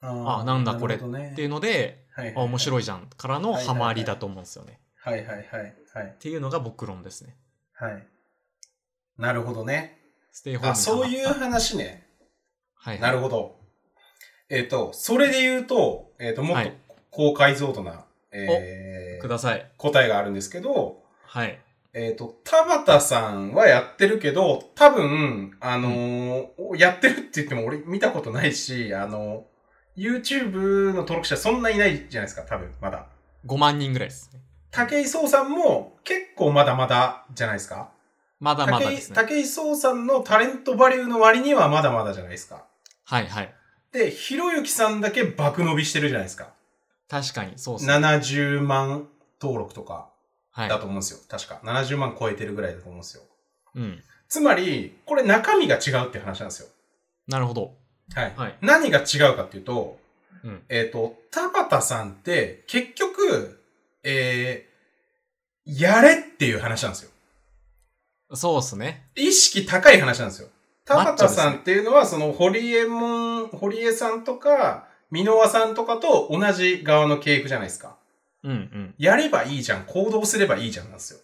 ああなんだこれっっていうので、はい。あ面い。白いじゃんからのハマりだと思うんですよね、はいはいはいはいっ。ていうのが僕論ですねはい。なるほどね。ステイホームあ、そういうハマった話ね。はいはいなるほど。えっ、と、それで言うと、えっ、と、もっはとい高解像度な、えーください答えがあるんですけど、はいえっ、と、田畑さんはやってるけど、多分、あのーやってるって言っても俺見たことないし、あの YouTube の登録者そんないないじゃないですか、多分、まだ。 5万人ぐらいです武井壮さんも結構まだまだじゃないですか。まだまだ武で井すね武井壮さんのタレントバリューの割にはまだまだじゃないですか。はいはいで、ひろゆきさんだけ爆伸びしてるじゃないですか。確かにそうですね70万登録とかはいだと思うんですよ。確か。70万超えてるぐらいだと思うんですよ。うんつまり、これ中身が違うっていう話なんですよ。なるほどはい。はい何が違うかっていうと、うんえっ、と、田畑さんって結局、えー、やれっていう話なんですよ。そうですね意識高い話なんですよ。田マッチョで畑すねさんっていうのは、その、堀江門、堀江さんとか、箕輪さんとかと同じ側の系譜じゃないですか。うんうんやればいいじゃん、行動すればいいじゃんなんですよ。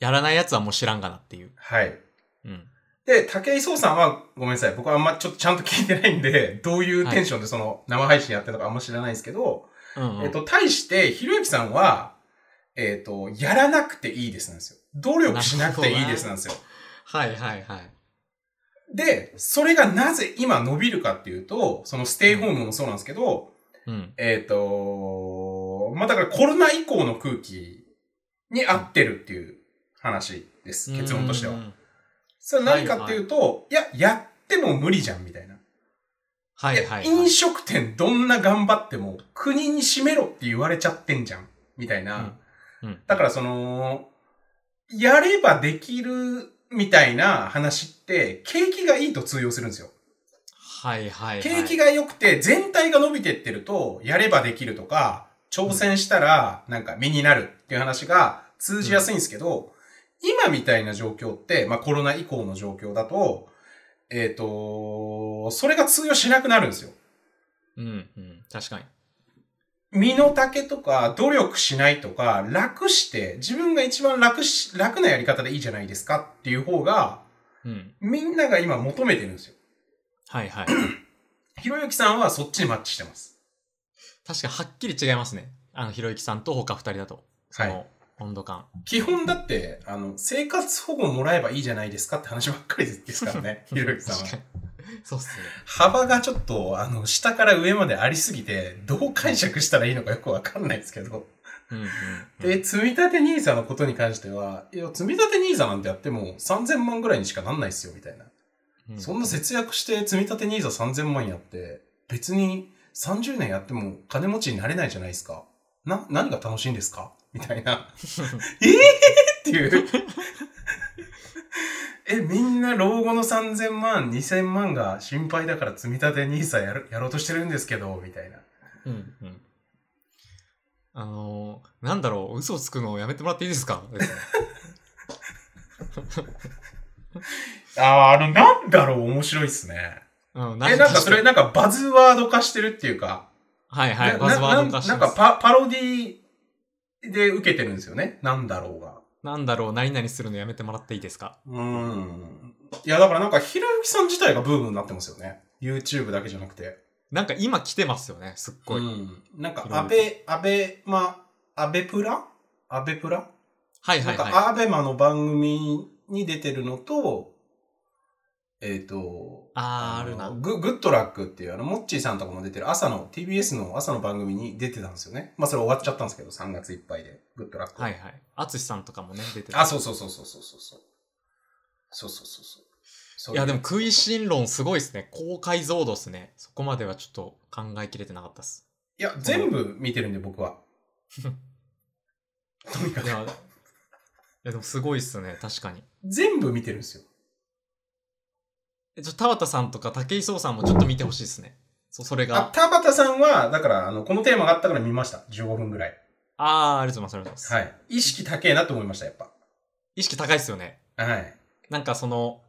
やらないやつはもう知らんがなっていうはい。うんで、武井壮さんは、ごめんなさい。僕はあんまちょっとちゃんと聞いてないんで、 (laughs) どういうテンションでその生配信やってるのかあんま知らないんですけど、うん、うん、えっと、対して、ひろゆきさんは、えっと、やらなくていいですなんですよ。努力しなくていいですなんですよ。はいはいはいで、それがなぜ今伸びるかっていうと、そのステイホームもそうなんですけど、うんえっと、まあ、だからコロナ以降の空気に合ってるっていう話です。結論としてはう。んそれは何かっていうと、いや、やっても無理じゃん、みたいな。はいいはい、やはい、飲食店どんな頑張っても、国に閉めろって言われちゃってんじゃん、みたいな。うんだからその、やればできる、みたいな話って、景気がいいと通用するんですよ。はいはいはい景気が良くて、全体が伸びてってると、やればできるとか、挑戦したら、なんか身になるっていう話が通じやすいんですけど、今みたいな状況って、まあコロナ以降の状況だと、えっ、と、それが通用しなくなるんですよ。うんうん確かに身の丈とか、努力しないとか、楽して、自分が一番楽し、楽なやり方でいいじゃないですかっていう方が、うんみんなが今求めてるんですよ。はい (clears throat) はいひろゆきさんはそっちにマッチしてます。確かにはっきり違いますねあのひろゆきさんと他二人だとそはいの温度感、基本だって、あの、生活保護もらえばいいじゃないですかって話ばっかりですから (laughs) ね、ひろゆきさん確かは。にそうっすね幅がちょっと、あの、下から上までありすぎて、どう解釈したらいいのかよくわかんないですけど。うんうんうんで、積立 NISA のことに関しては、いや、積立 NISA なんてやっても3000万ぐらいにしかなんないっすよ、みたいな。うんそんな節約して積立 NISA3000 万やって、別に30年やっても金持ちになれないじゃないですか。な、何が楽しいんですかみたい (laughs) な。ええっていう。 (laughs) え、みんな老後の3000万、2000万が心配だから積立 NISA やるやろうとしてるんですけど、みたいな。うんうんあのー、なんだろう嘘をつくのをやめてもらっていいです (laughs) かですねあー、あの、なんだろう、面白いっすね。うんえ、なんかそれ確なんかバズワード化してるっていうか。にはいはいなバズワード化してなまんすかパパロディで受けてるんですよね。なんだろうが。なんだろう何々するのやめてもらっていいですかうーん。いや、だからなんか、ひろゆきさん自体がブームになってますよね。YouTube だけじゃなくて。なんか今来てますよねすっごい、うん。なんか、ひろゆ安き倍、安倍、ま、安倍プラ安倍プラはいなはんいか、はアベマの番組に出てるのと、えっ、と、あーのあるなググッドラックっていう、あの、モッチーさんとかも出てる朝の、TBS の朝の番組に出てたんですよね。まあ、それ終わっちゃったんですけど、3月いっぱいで、グッドラック。いはいはい淳さんとかもね出てたあ、そうそうそうそうそうそうそう。そうそうそうそう。そういやでも食いしん論すごいですね。高解像度ですね。そこまではちょっと考えきれてなかったです。いや、全部見てるんで、僕 (laughs) は。とにかいく、や、い (laughs) やでもすごいっすね。確かに。全部見てるんですよ。えちょ、田畑さんとか武井壮さんもちょっと見てほしいですね。そう、それあが。、田畑さんは、だから、あの、このテーマがあったから見ました。15分ぐらい。あー、ありがとうございます。はい。意識高えなと思いました、やっぱ。意識高いっすよね。はい。なんかその、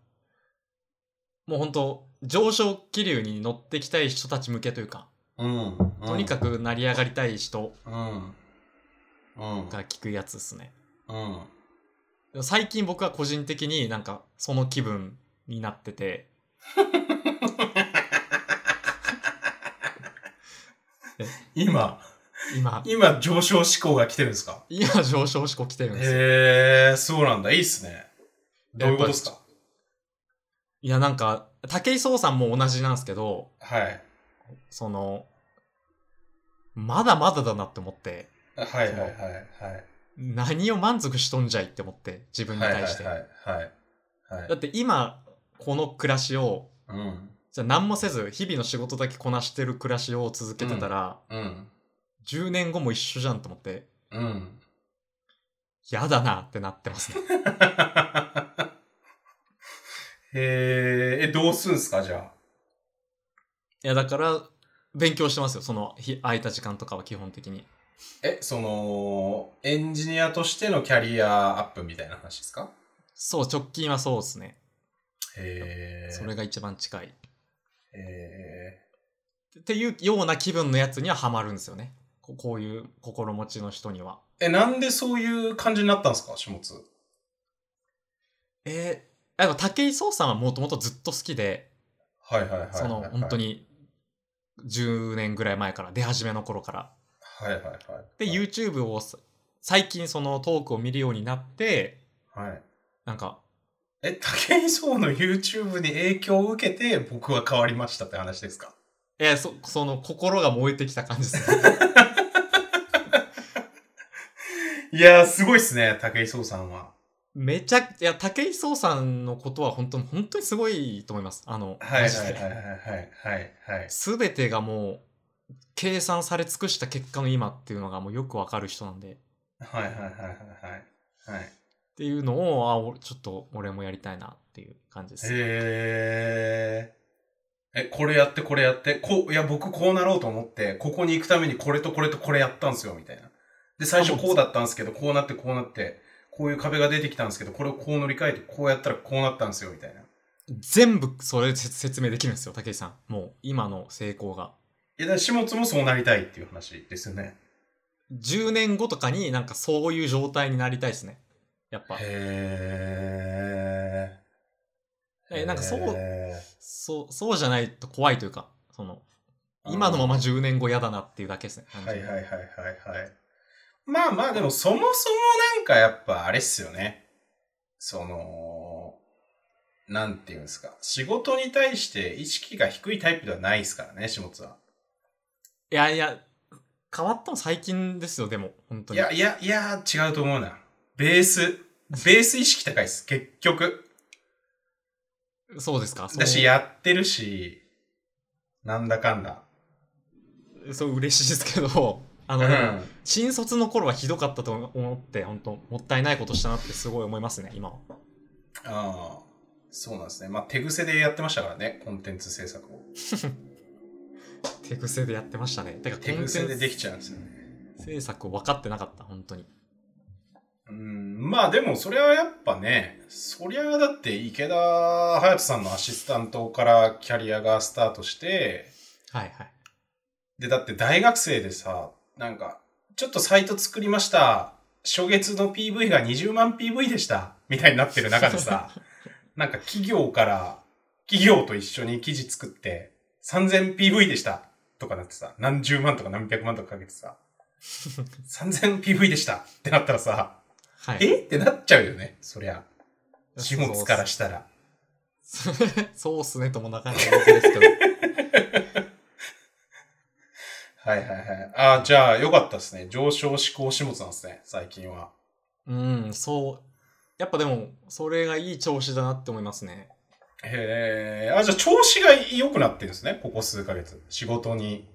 もう本当上昇気流に乗ってきたい人たち向けというか、うん。とにかく。く成り上がりたい人うん。うん。が聞くやつですね。うん。でも最近僕は個人的になんかその気分になってて、今、 (laughs) 今、今、上昇志向が来てるんですか今上昇志向来てるんですよ。へえ、そうなんだ。いいっすね。どういうことですかいやなんか、武井壮さんも同じなんですけど、はい。その、まだまだだなって思って、はいはいはいはい。何を満足しとんじゃいって思って、自分にはいはい対はして。いはい。はいだって今、この暮らしを、うん。じゃあ何もせず、日々の仕事だけこなしてる暮らしを続けてたら、うん。 10年後も一緒じゃんと思って、うん。やだなってなってますね。 (laughs) へーえ、どうすんすかじゃいや、だから、勉強してますよ。その日、空いた時間とかは基本的に。あ。え、その、エンジニアとしてのキャリアアップみたいな話ですかそう、直近はそうですね。へえ。それが一番近い。へっていうような気分のやつにはハマるんですよね。ここういう心持ちの人には。ーえ、なんでそういう感じになったんですか始末。えー、あの武井壮さんはもともとずっと好きで、はいはいはいはい。その本当。に10年ぐらい前から出始めの頃から。はいはいはい。で、う。 YouTube をさ最近そのトークを見るようになって、はい。なんか、え、武井壮の YouTube に影響を受けて僕は変わりましたって話ですかえーそその心が燃えてきた感じです (laughs) ね。いやー、すごいっすね、武井壮さんは。めちゃくちゃ、いや、武井壮さんのことは本当に、本当にすごいと思います。あの、はいマはいジはいではいはいはいはい。すべてがもう計算され尽くした結果の今っていうのがもうよくわかる人なんでっはいはいはいはいはいはい。ていうのをあおちょっと俺もやりたいなっていう感じです、へーえ、これやってこれやって、こう、いや僕こうなろうと思って、ここに行くためにこれとこれとこれやったんすよ、みたいな。で、最初こうだったんですけど、こうなってこうなって、こういう壁が出てきたんですけど、これをこう乗り換えて、こうやったらこうなったんですよ、みたいな。全部それで説説明できるんですよ武井さんもう今の成功がいや、だから、始末もそうなりたいっていう話ですよね。 10年後とかになんかそういう状態になりたいですねやっぱへーえなんかそうへそうそうじゃないと怖いというかそのー今のまま10年後嫌だなっていうだけですねはいはいはいはいはい。まあまあでもそもそもなんかやっぱあれっすよね。その、なんていうんですか。仕事に対して意識が低いタイプではないですからね、始末は。いやいや変わったの最近ですよでも本当いにやいや、いや、違うと思うな。ベース、ベース意識高いっす、結局。そうですかそうだし、やってるし、なんだかんだ。そう嬉しいですけど、 (laughs) あうの、ん。ではいも新卒の頃はひどかったと思って、本当もったいないことしたなってすごい思いますね、今は。ああ、そうなんですね。まあ手癖でやってましたからね、コンテンツ制作を。手癖でやってましたね。てか、コ手ンテン癖でできツちゃうんですよね。制作を分かってなかった、本当に。うん、まあでもそれはやっぱね、そりゃだって池田隼人さんのアシスタントからキャリアがスタートして、はいはい。で、だって大学生でさ、なんか、ちょっとサイト作りました。初月の PV が20万 PV でした。みたいになってる中でさ、なんか企業から、企業と一緒に記事作って、3000PV でした。とかなってさ、何十万とか何百万とかかけてさ、3000PV でしたってなったらさ、はい。えってなっちゃうよね、そりゃ。そう始末からしたら。 (laughs) そうっすねともなかなか言えないですけど。はいはいはい。ああ、じゃあよかったですね。上昇志向始末なんですね、最近は。うん、そう。やっぱでも、それがいい調子だなって思いますね。へえ、あ、じゃあ調子が良くなってるんですね、ここ数ヶ月。仕事に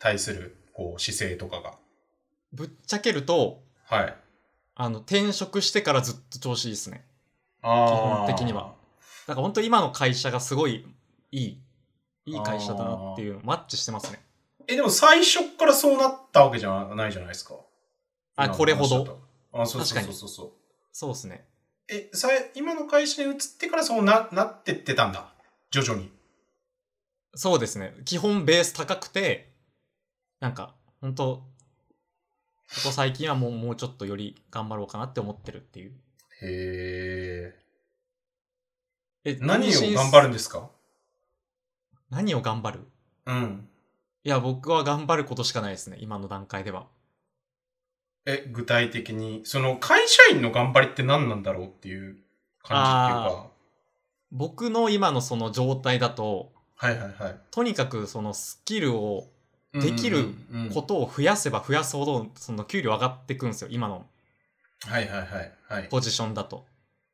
対する、こう、姿勢とかが。ぶっちゃけると、はい。あの、転職してからずっと調子いいですね。あー基本的には。なんか本当今の会社がすごいいい、いい会社だなっていう、マッチしてますね。え、でも最初からそうなったわけじゃないじゃないですか。あ、これほ今の話だど。と。あ、そう確そうかそにうそうそう。そうですね。え、さ、今の会社に移ってからそうな、なってってたんだ。徐々に。そうですね。基本ベース高くて、なんか、本当ここ最近はもう、もうちょっとより頑張ろうかなって思ってるっていう。へえ。え、何を頑る張るんですか何を頑張るうん。いや、僕は頑張ることしかないですね。今の段階では。え、具体的に、その会社員の頑張りって何なんだろうっていう感じっていうか。僕の今のその状態だと、はいはいはい。とにかくそのスキルを、うんできるうんうんことを増やせば増やすほど、その給料上がってくんですよ。今のはいはいはい。はい。ポジションだと。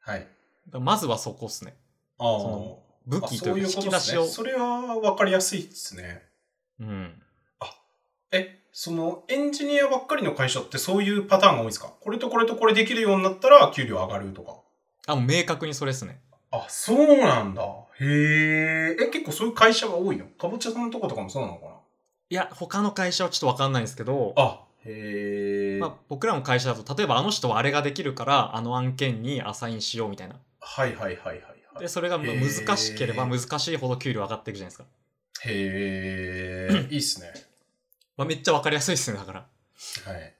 はい。だからまずはそこっすね。あーそ武あ器そとういういかう引き出ことでしすを。ね。それは分かりやすいですね。うん。え、そのエンジニアばっかりの会社ってそういうパターンが多いんですかこれとこれとこれできるようになったら給料上がるとか。あ、もう明確にそれっすね。あ、そうなんだ。へえ。え、結構そういう会社が多いのかぼちゃさんのとことかもそうなのかないや、他の会社はちょっとわかんないんですけど、あ、へえ。まあ、僕らの会社だと、例えばあの人はあれができるから、あの案件にアサインしようみたいな。はいはいはいはい、はい。で、それがまあへー難しければ難しいほど給料上がっていくじゃないですか。へ (clears throat) え。いいっすね。まあ、めっちゃわかりやすいですね、だから。はい。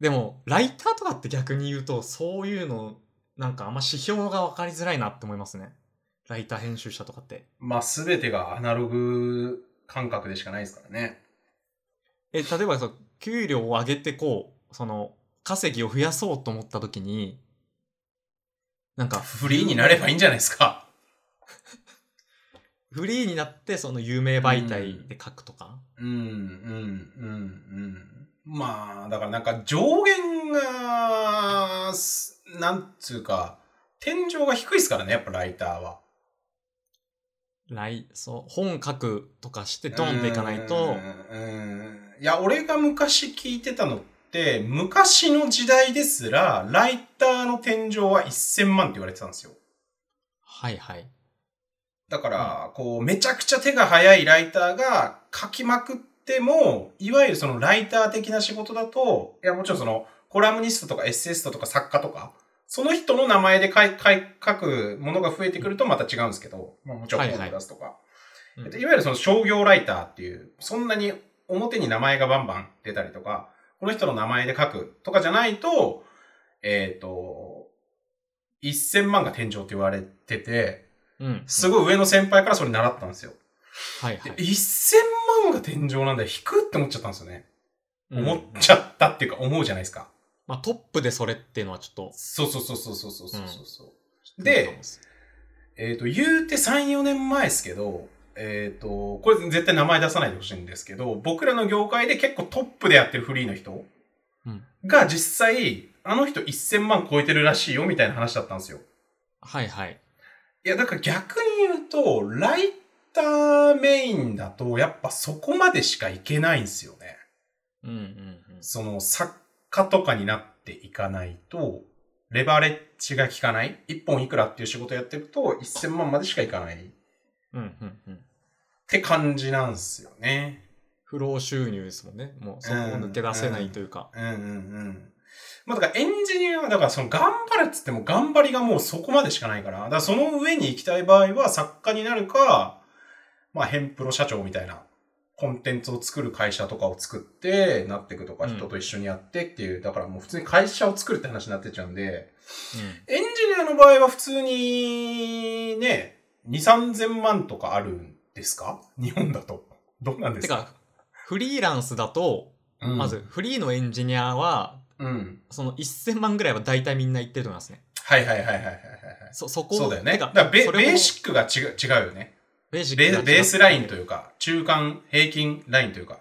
でも、ライターとかって逆に言うと、そういうの、なんかあんま指標がわかりづらいなって思いますね。ライター編集者とかって。まあ、すべてがアナログ感覚でしかないですからね。え、例えばそう、給料を上げてこう、その、稼ぎを増やそうと思った時に、なんか、フリーになればいいんじゃないですか。フリーになってその有名媒体で書くとか、うん、うん、うん、うん。まあ、だからなんか上限が、すなんつうか、天井が低いですからね、やっぱライターは。来そう本書くとかしてドンっていかないとうんうんいや俺が昔聞いてたのって昔の時代ですらライターの天井は1000万って言われてたんですよはいはいだから、こうめちゃくちゃ手が速いライターが書きまくってもいわゆるそのライター的な仕事だといやもちろんそのコラムニストとかエッセイストとか作家とかその人の名前で書い書い書くものが増えてくるとまた違うんですけど、まあ、もちろんはいは本いを出すとか、うんえっといわゆるその商業ライターっていう、そんなに表に名前がバンバン出たりとか、この人の名前で書くとかじゃないと、えっ、と、1000万が天井って言われてて、うんすごい上の先輩からそれ習ったんですよ。はいはでい1000万が天井なんだ、引くって思っちゃったんですよね。うん思っちゃったっていうか、思うじゃないですか。まあトップでそれっていうのはちょっとそうそうそうそうそうそうそうそう。低いと思うんすえっ、と、言うて3、4年前ですけど、えっ、と、これ絶対名前出さないでほしいんですけど、僕らの業界で結構トップでやってるフリーの人うんが実際、あの人1000万超えてるらしいよみたいな話だったんですよ。はいはいいや、だから逆に言うと、ライターメインだと、やっぱそこまでしかいけないんですよね。うんうんうんその作家とかになっていかないと、レバレッジが効かない一本いくらっていう仕事やってると、1000万までしかいかない。うんうんうんって感じなんすよね。不労収入ですもんねもうそこを抜け出せないというか、うんうんうん。まあだからエンジニアは、だからその頑張るっつっても頑張りがもうそこまでしかないから、だからその上に行きたい場合は作家になるか、まあヘプロ社長みたいなコンテンツを作る会社とかを作って、なっていくとかうん人と一緒にやってっていう、だからもう普通に会社を作るって話になってっちゃうんで、うんエンジニアの場合は普通にね、2、3000万とかあるんですか日本だと。どうなんでてすかかフリーランスだと、うんまずフリーのエンジニアはうん。その1000万ぐらいは大体みんな言ってると思いますねはいはいはいはいはいはいはい。そそこをそうだよね。てだかからベそれベもーシックが違う違うよねベーシッベクーな。ベースラインというか、中間、平均ラインというか。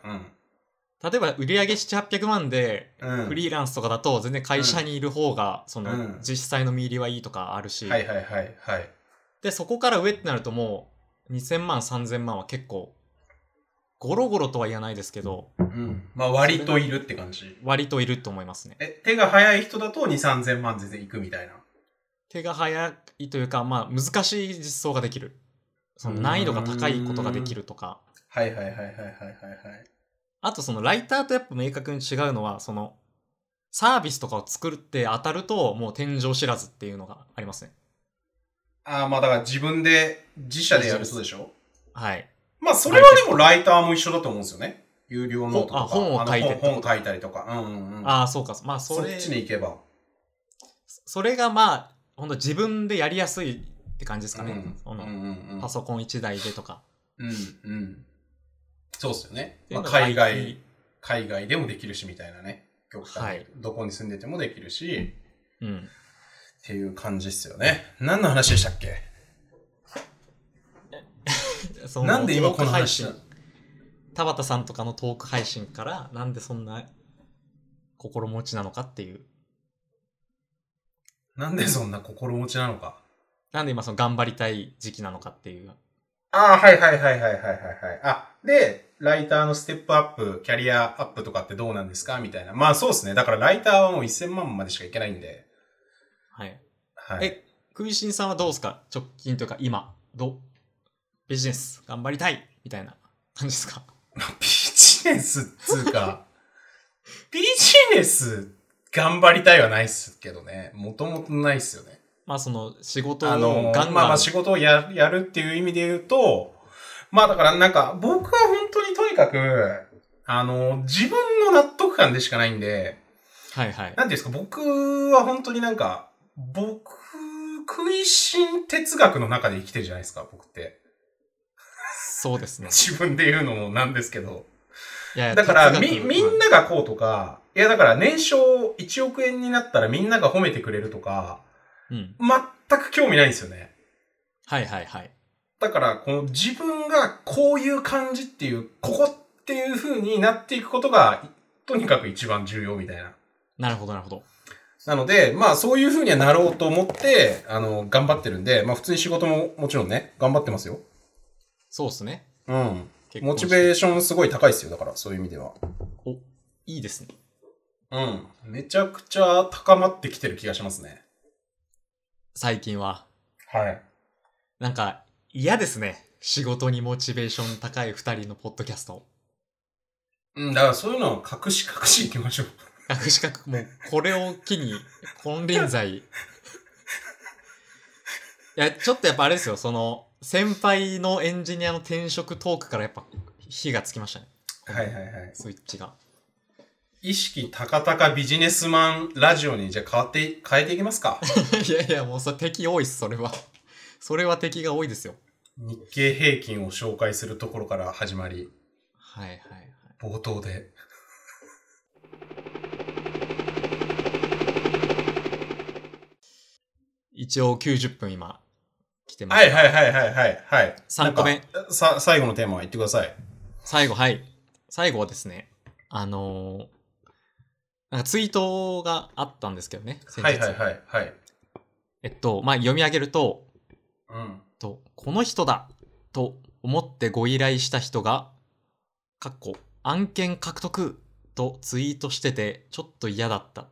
例えば売り上げ700800万でうん。うん、フリーランスとかだと全然会社にいる方がそうんの実際の見入りはいいとかあるし、はいはいはいはい。でそこから上ってなるともう2000万3000万は結構ゴロゴロとは言わないですけどうん。まあ割といるって感じ。割といると思いますねえ、手が早い人だと2、3000万全然いくみたいな。手が早いというかまあ難しい実装ができるその難易度が高いことができるとかはいはいはいはいはいはいはい。あとそのライターとやっぱ明確に違うのは、その、サービスとかを作って当たると、もう天井知らずっていうのがありますね。ああ、まあだから自分で、自社でやるそうでしょはい。まあそれはでもライターも一緒だと思うんですよね。有料ノートとか。あ本を書いてあの本本を書いたりとか。うんうんうん。ああ、そうか。まあ、そそっれ、ちに行けば。それがまあ、ほんと自分でやりやすいって感じですかうんね。うそんうのんうんパソコン1台でとか。うんうん。そうっすよね。っていうまあ、のが海 IT 外、海外でもできるしみたいなね。極端に、はいどこに住んでてもできるし、うん。っていう感じっすよね。何の話でしたっけそのなんで今トーこクの配話信したの田畑さんとかのトーク配信からなんでそんな心持ちなのかっていうなんでそんな心持ちなのか。なんで今その頑張りたい時期なのかっていうああ、はいはいはいはいはいはいはい。あ、で、ライターのステップアップ、キャリアアップとかってどうなんですかみたいな。まあそうですね。だからライターはもう1000万までしかいけないんで。はいはい。えクイシンさんはどうですか直近というか今どビジネス頑張りたいみたいな感じですかビジネスっつう (laughs) か、ビジネス頑張りたいはないっすけどね。もともとないっすよね。まあその仕事をガあンの、ガン、まあまあ仕事をややるっていう意味で言うと、まあだからなんか僕は本当にとにかく、あの、自分の納得感でしかないんで、はいはいなんていうんですか、僕は本当になんか、僕、食いしん哲学の中で生きてるじゃないですか、僕って。 (laughs) そうですね自分で言うのもなんですけど。いやいやだから、哲み、学みんながこうとか、いやだから年商1億円になったらみんなが褒めてくれるとか、うん全く興味ないんですよね。はいはいはいだから、この自分がこういう感じっていう、ここっていう風になっていくことが、とにかく一番重要みたいな。なるほどなるほどなので、まあそういう風にはなろうと思って、あの、頑張ってるんで、まあ普通に仕事ももちろんね、頑張ってますよ。そうですねうん。結モ婚チ式ベーションすごい高いですよ、だからそういう意味では。いいですねうん。めちゃくちゃ高まってきてる気がしますね。最近ははい。なんか嫌ですね。仕事にモチベーション高い二人のポッドキャスト。うん、だからそういうのを隠し隠しいきましょう。学資格もうこれを機に金輪際。いや、ちょっとやっぱあれですよ、その、先輩のエンジニアの転職トークからやっぱ火がつきましたね。 (laughs) はいはいはい。スイッチが。 (laughs) 意識高々ビジネスマンラジオにじゃあ変わって、変えていきます (laughs) か。いやいや、もうそれ敵多いっす、それは。それは敵が多いですよ。日経平均を紹介するところから始まり、はいはいはい。冒頭で。一応90分今来てます。はいはいはいはいはいはい。 3個目。なんか。さ、最後のテーマ言ってください。最後、はい。最後はですね、あのーなんかツイートがあったんですけどね、先日。はいはいはいはい。えっと、まあ、読み上げると、うん。と、この人だと思ってご依頼した人が、かっこ、案件獲得とツイートしてて、ちょっと嫌だったっ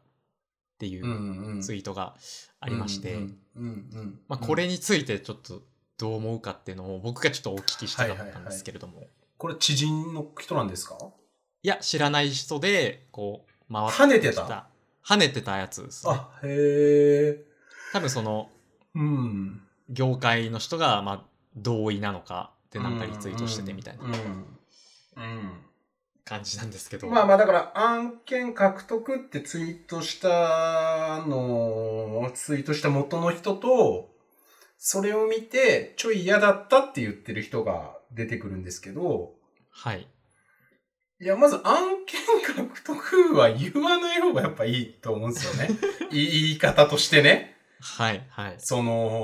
ていうんううん。ツイーートがありまして、うんうんうん。まあ、これについてちょっとどう思うかっていうのを僕がちょっとお聞きしたかったんですけれども、いこれ知人の人なんですかや、知らない人で、こう、回って跳ねてきた。た、跳ねてたやつですね。あ、へえ。多分その、うん。業界の人が、まあ、同意なのか、でなんかリツイートしててみたいうんなうん。うん感じなんですけど。まあまあだから案件獲得ってツイートしたの、ツイートした元の人と、それを見てちょい嫌だったって言ってる人が出てくるんですけど、はい。いや、まず案件獲得は言わない方がやっぱいいと思うんです (laughs) よね。い言い方としてね。はい、はい。そ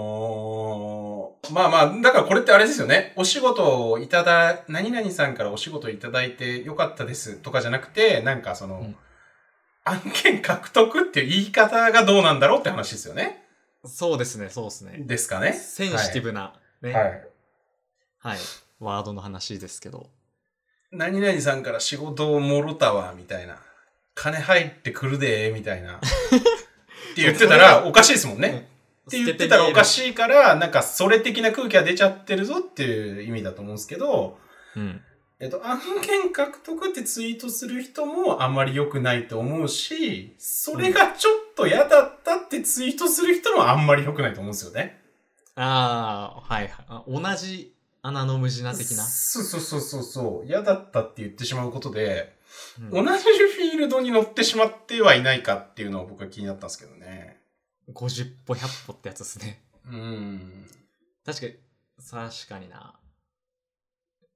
の、まあまあ、だからこれってあれですよね。お仕事をいただ、何々さんからお仕事をいただいてよかったですとかじゃなくて、なんかその、うん案件獲得っていう言い方がどうなんだろうって話ですよね。そうですね、そうですね。ですかね。センシティブな、ね、ははい、い。ワードの話ですけど。何々さんから仕事をもろたわ、みたいな。金入ってくるで、み (laughs) たいな。って言ってたらおかしいですもんね。って言ってたらおかい。しいから、なんかそれ的な空気が出ちゃってるぞっていう意味だと思うんですけど、うん。えっと、案件獲得ってツイートする人もあんまり良くないと思うし、それがちょっと嫌だったってツイートする人もあんまり良くないと思うんですよね。ああ、はいはいあ。同じ穴の無地な的な。そうそうそうそうそう。嫌だったって言ってしまうことで、う同んじフィールドに乗ってしまってはいないかっていうのは僕は気になったんですけどね。 50歩100歩ってやつですね。うん。確かに、確かにな。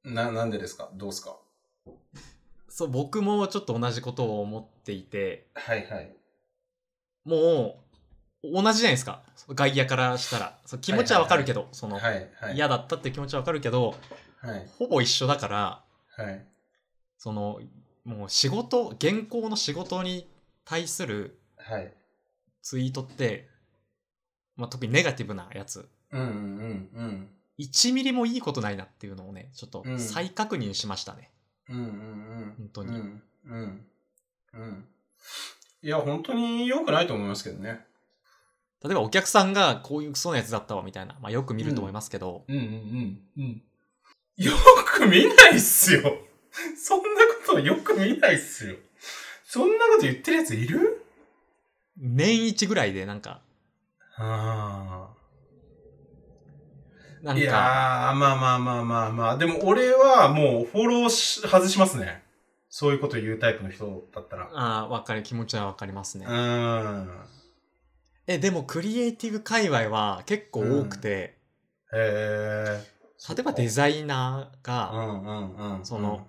な、なんでですかどうですかそう、僕もちょっと同じことを思っていて、はいはい。もう、同じじゃないですか。外野からしたら。そう気持ちはわかるけど、その、はいはい。嫌だったっていう気持ちはわかるけど、はいほぼ一緒だから、はい。その、もう仕事、現行の仕事に対するはい。ツイートって、まあ、特にネガティブなやつ、うんうんうん。 1ミリもいいことないなっていうのをね、ちょっとうん再確認しましたね。うんうんうん。本当にうんうん。うん。いや、本当に良くないと思いますけどね。例えばお客さんがこういうクソなやつだったわみたいな、まあ、よく見ると思いますけど、うんうんうんうん。よく見ないっすよ。 (laughs) そんなことよく見ないっすよ。そんなこと言ってるやついる年一ぐらいでなんか、あなあ。んいやー、か、まあまあまあまあまあ。でも俺はもうフォローし外しますね。そういうこと言うタイプの人だったら。ああ、わかる、気持ちはわかりますねう。ん。え、でもクリエイティブ界隈は結構多くて、へえ。例えばデザイナーが、うんうんうんうん。その、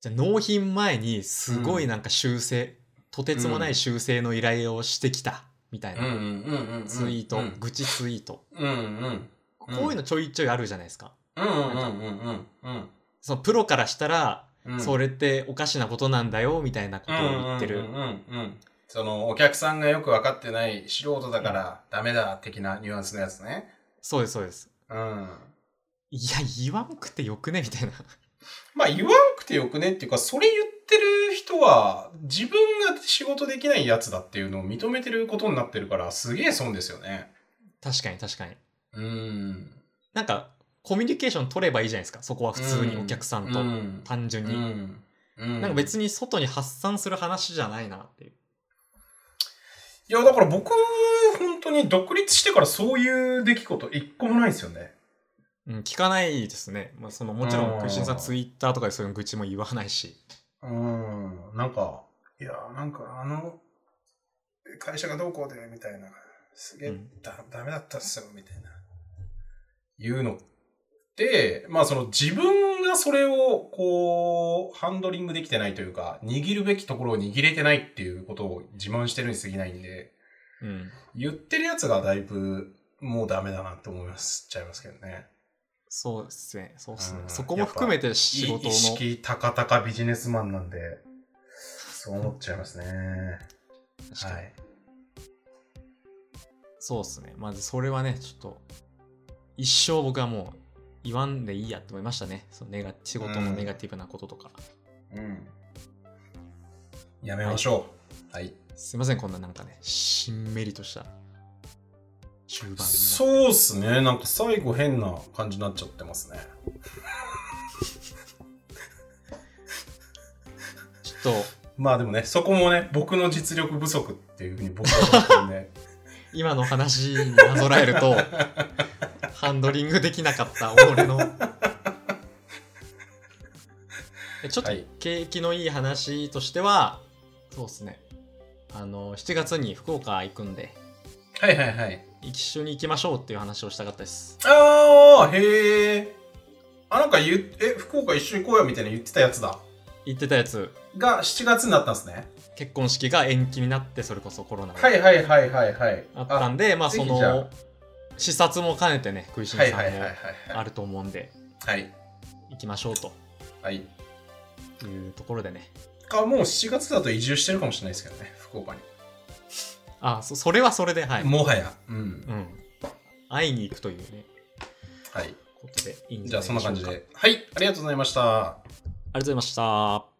じゃあ納品前にすごいなんか修正、とてつもない修正の依頼をしてきた、みたいうんうなんうんうんうん。ツイート、うん愚痴ツイート。うんうん。うんこういうのちょいちょいあるじゃないですか。うんうんうんうんそのプロからしたら、うん。それっておかしなことなんだよ、みたいなことを言ってる。うんうんうんうん。その、お客さんがよく分かってない素人だからダメだ的なニュアンスのやつね。そうです、そうです。うん。いや、言わんくてよくねみたいな。 (laughs) まあ言わんくてよくねっていうか、それ言ってる人は自分が仕事できないやつだっていうのを認めてることになってるから、すげえ損ですよね。確かに確かに。うん。なんか、コミュニケーション取ればいいじゃないですか。そこは普通にお客さんうと、ん。単純に。うなん。んかに別に外に発散する話じゃないなっていう。いや、だから僕、本当に独立してからそういう出来事一個もないですよね。うん、聞かないですね。まあ、そのもちろうん、んクリシンさんツイッターとかでそういう愚痴も言わないし。うん、なんか、いや、なんかあの、会社がどうこうで、みたいな、すげえ、うんだ、ダメだったっすよ、みたいな。いうのって、まあその自分がそれを、こう、ハンドリングできてないというか、握るべきところを握れてないっていうことを自慢してるに過ぎないんで、うん。言ってるやつがだいぶ、もうダメだなって思います、ちゃいますけどね。そうですね。そうですねう。んそこも含めて仕事いの意。識高々ビジネスマンなんで、そう思っちゃいますね。確かはにい。そうですね。まあ、それはね、ちょっと、一生僕はもう言わんでいいやって思いましたね。そのネガ仕事のネガティブなこととか。うん。やめましょう。はい。すいません、こんななんかね、しんめりとした終盤にそうっすね。なんか最後変な感じになっちゃってますね。ちょっと、まあでもね、そこもね、僕の実力不足っていうふうに僕は (laughs) 思ってるんで。今の話になぞらえる (laughs) と、ハンドリングできなかった俺の。えちょっとはい景気のいい話としては、そうですね。あの、7月に福岡行くんで、はいはいはい。一緒に行きましょうっていう話をしたかったです。あー、へえ。あ、なんか言う、え、福岡一緒に行こうよみたいな言ってたやつだ。言ってたやつ、が7月になったんですね。結婚式が延期になって、それこそコロナではいはいはいはいはい。あったんで、まあぜそひじゃあの、視察も兼ねてね、食いしんさはんいもはいはいはいあると思うんで、はい。はい。行きましょうとはい。いうところでね。か、もう7月だと移住してるかもしれないですけどね、福岡に。あ、そそれはそれで、はい。もはや。うん。うん。会いに行くというね、はい。ことでいいんじじゃゃあないでしそょうか。あんな感じりがとで。はい。ありがとうございました。うございました。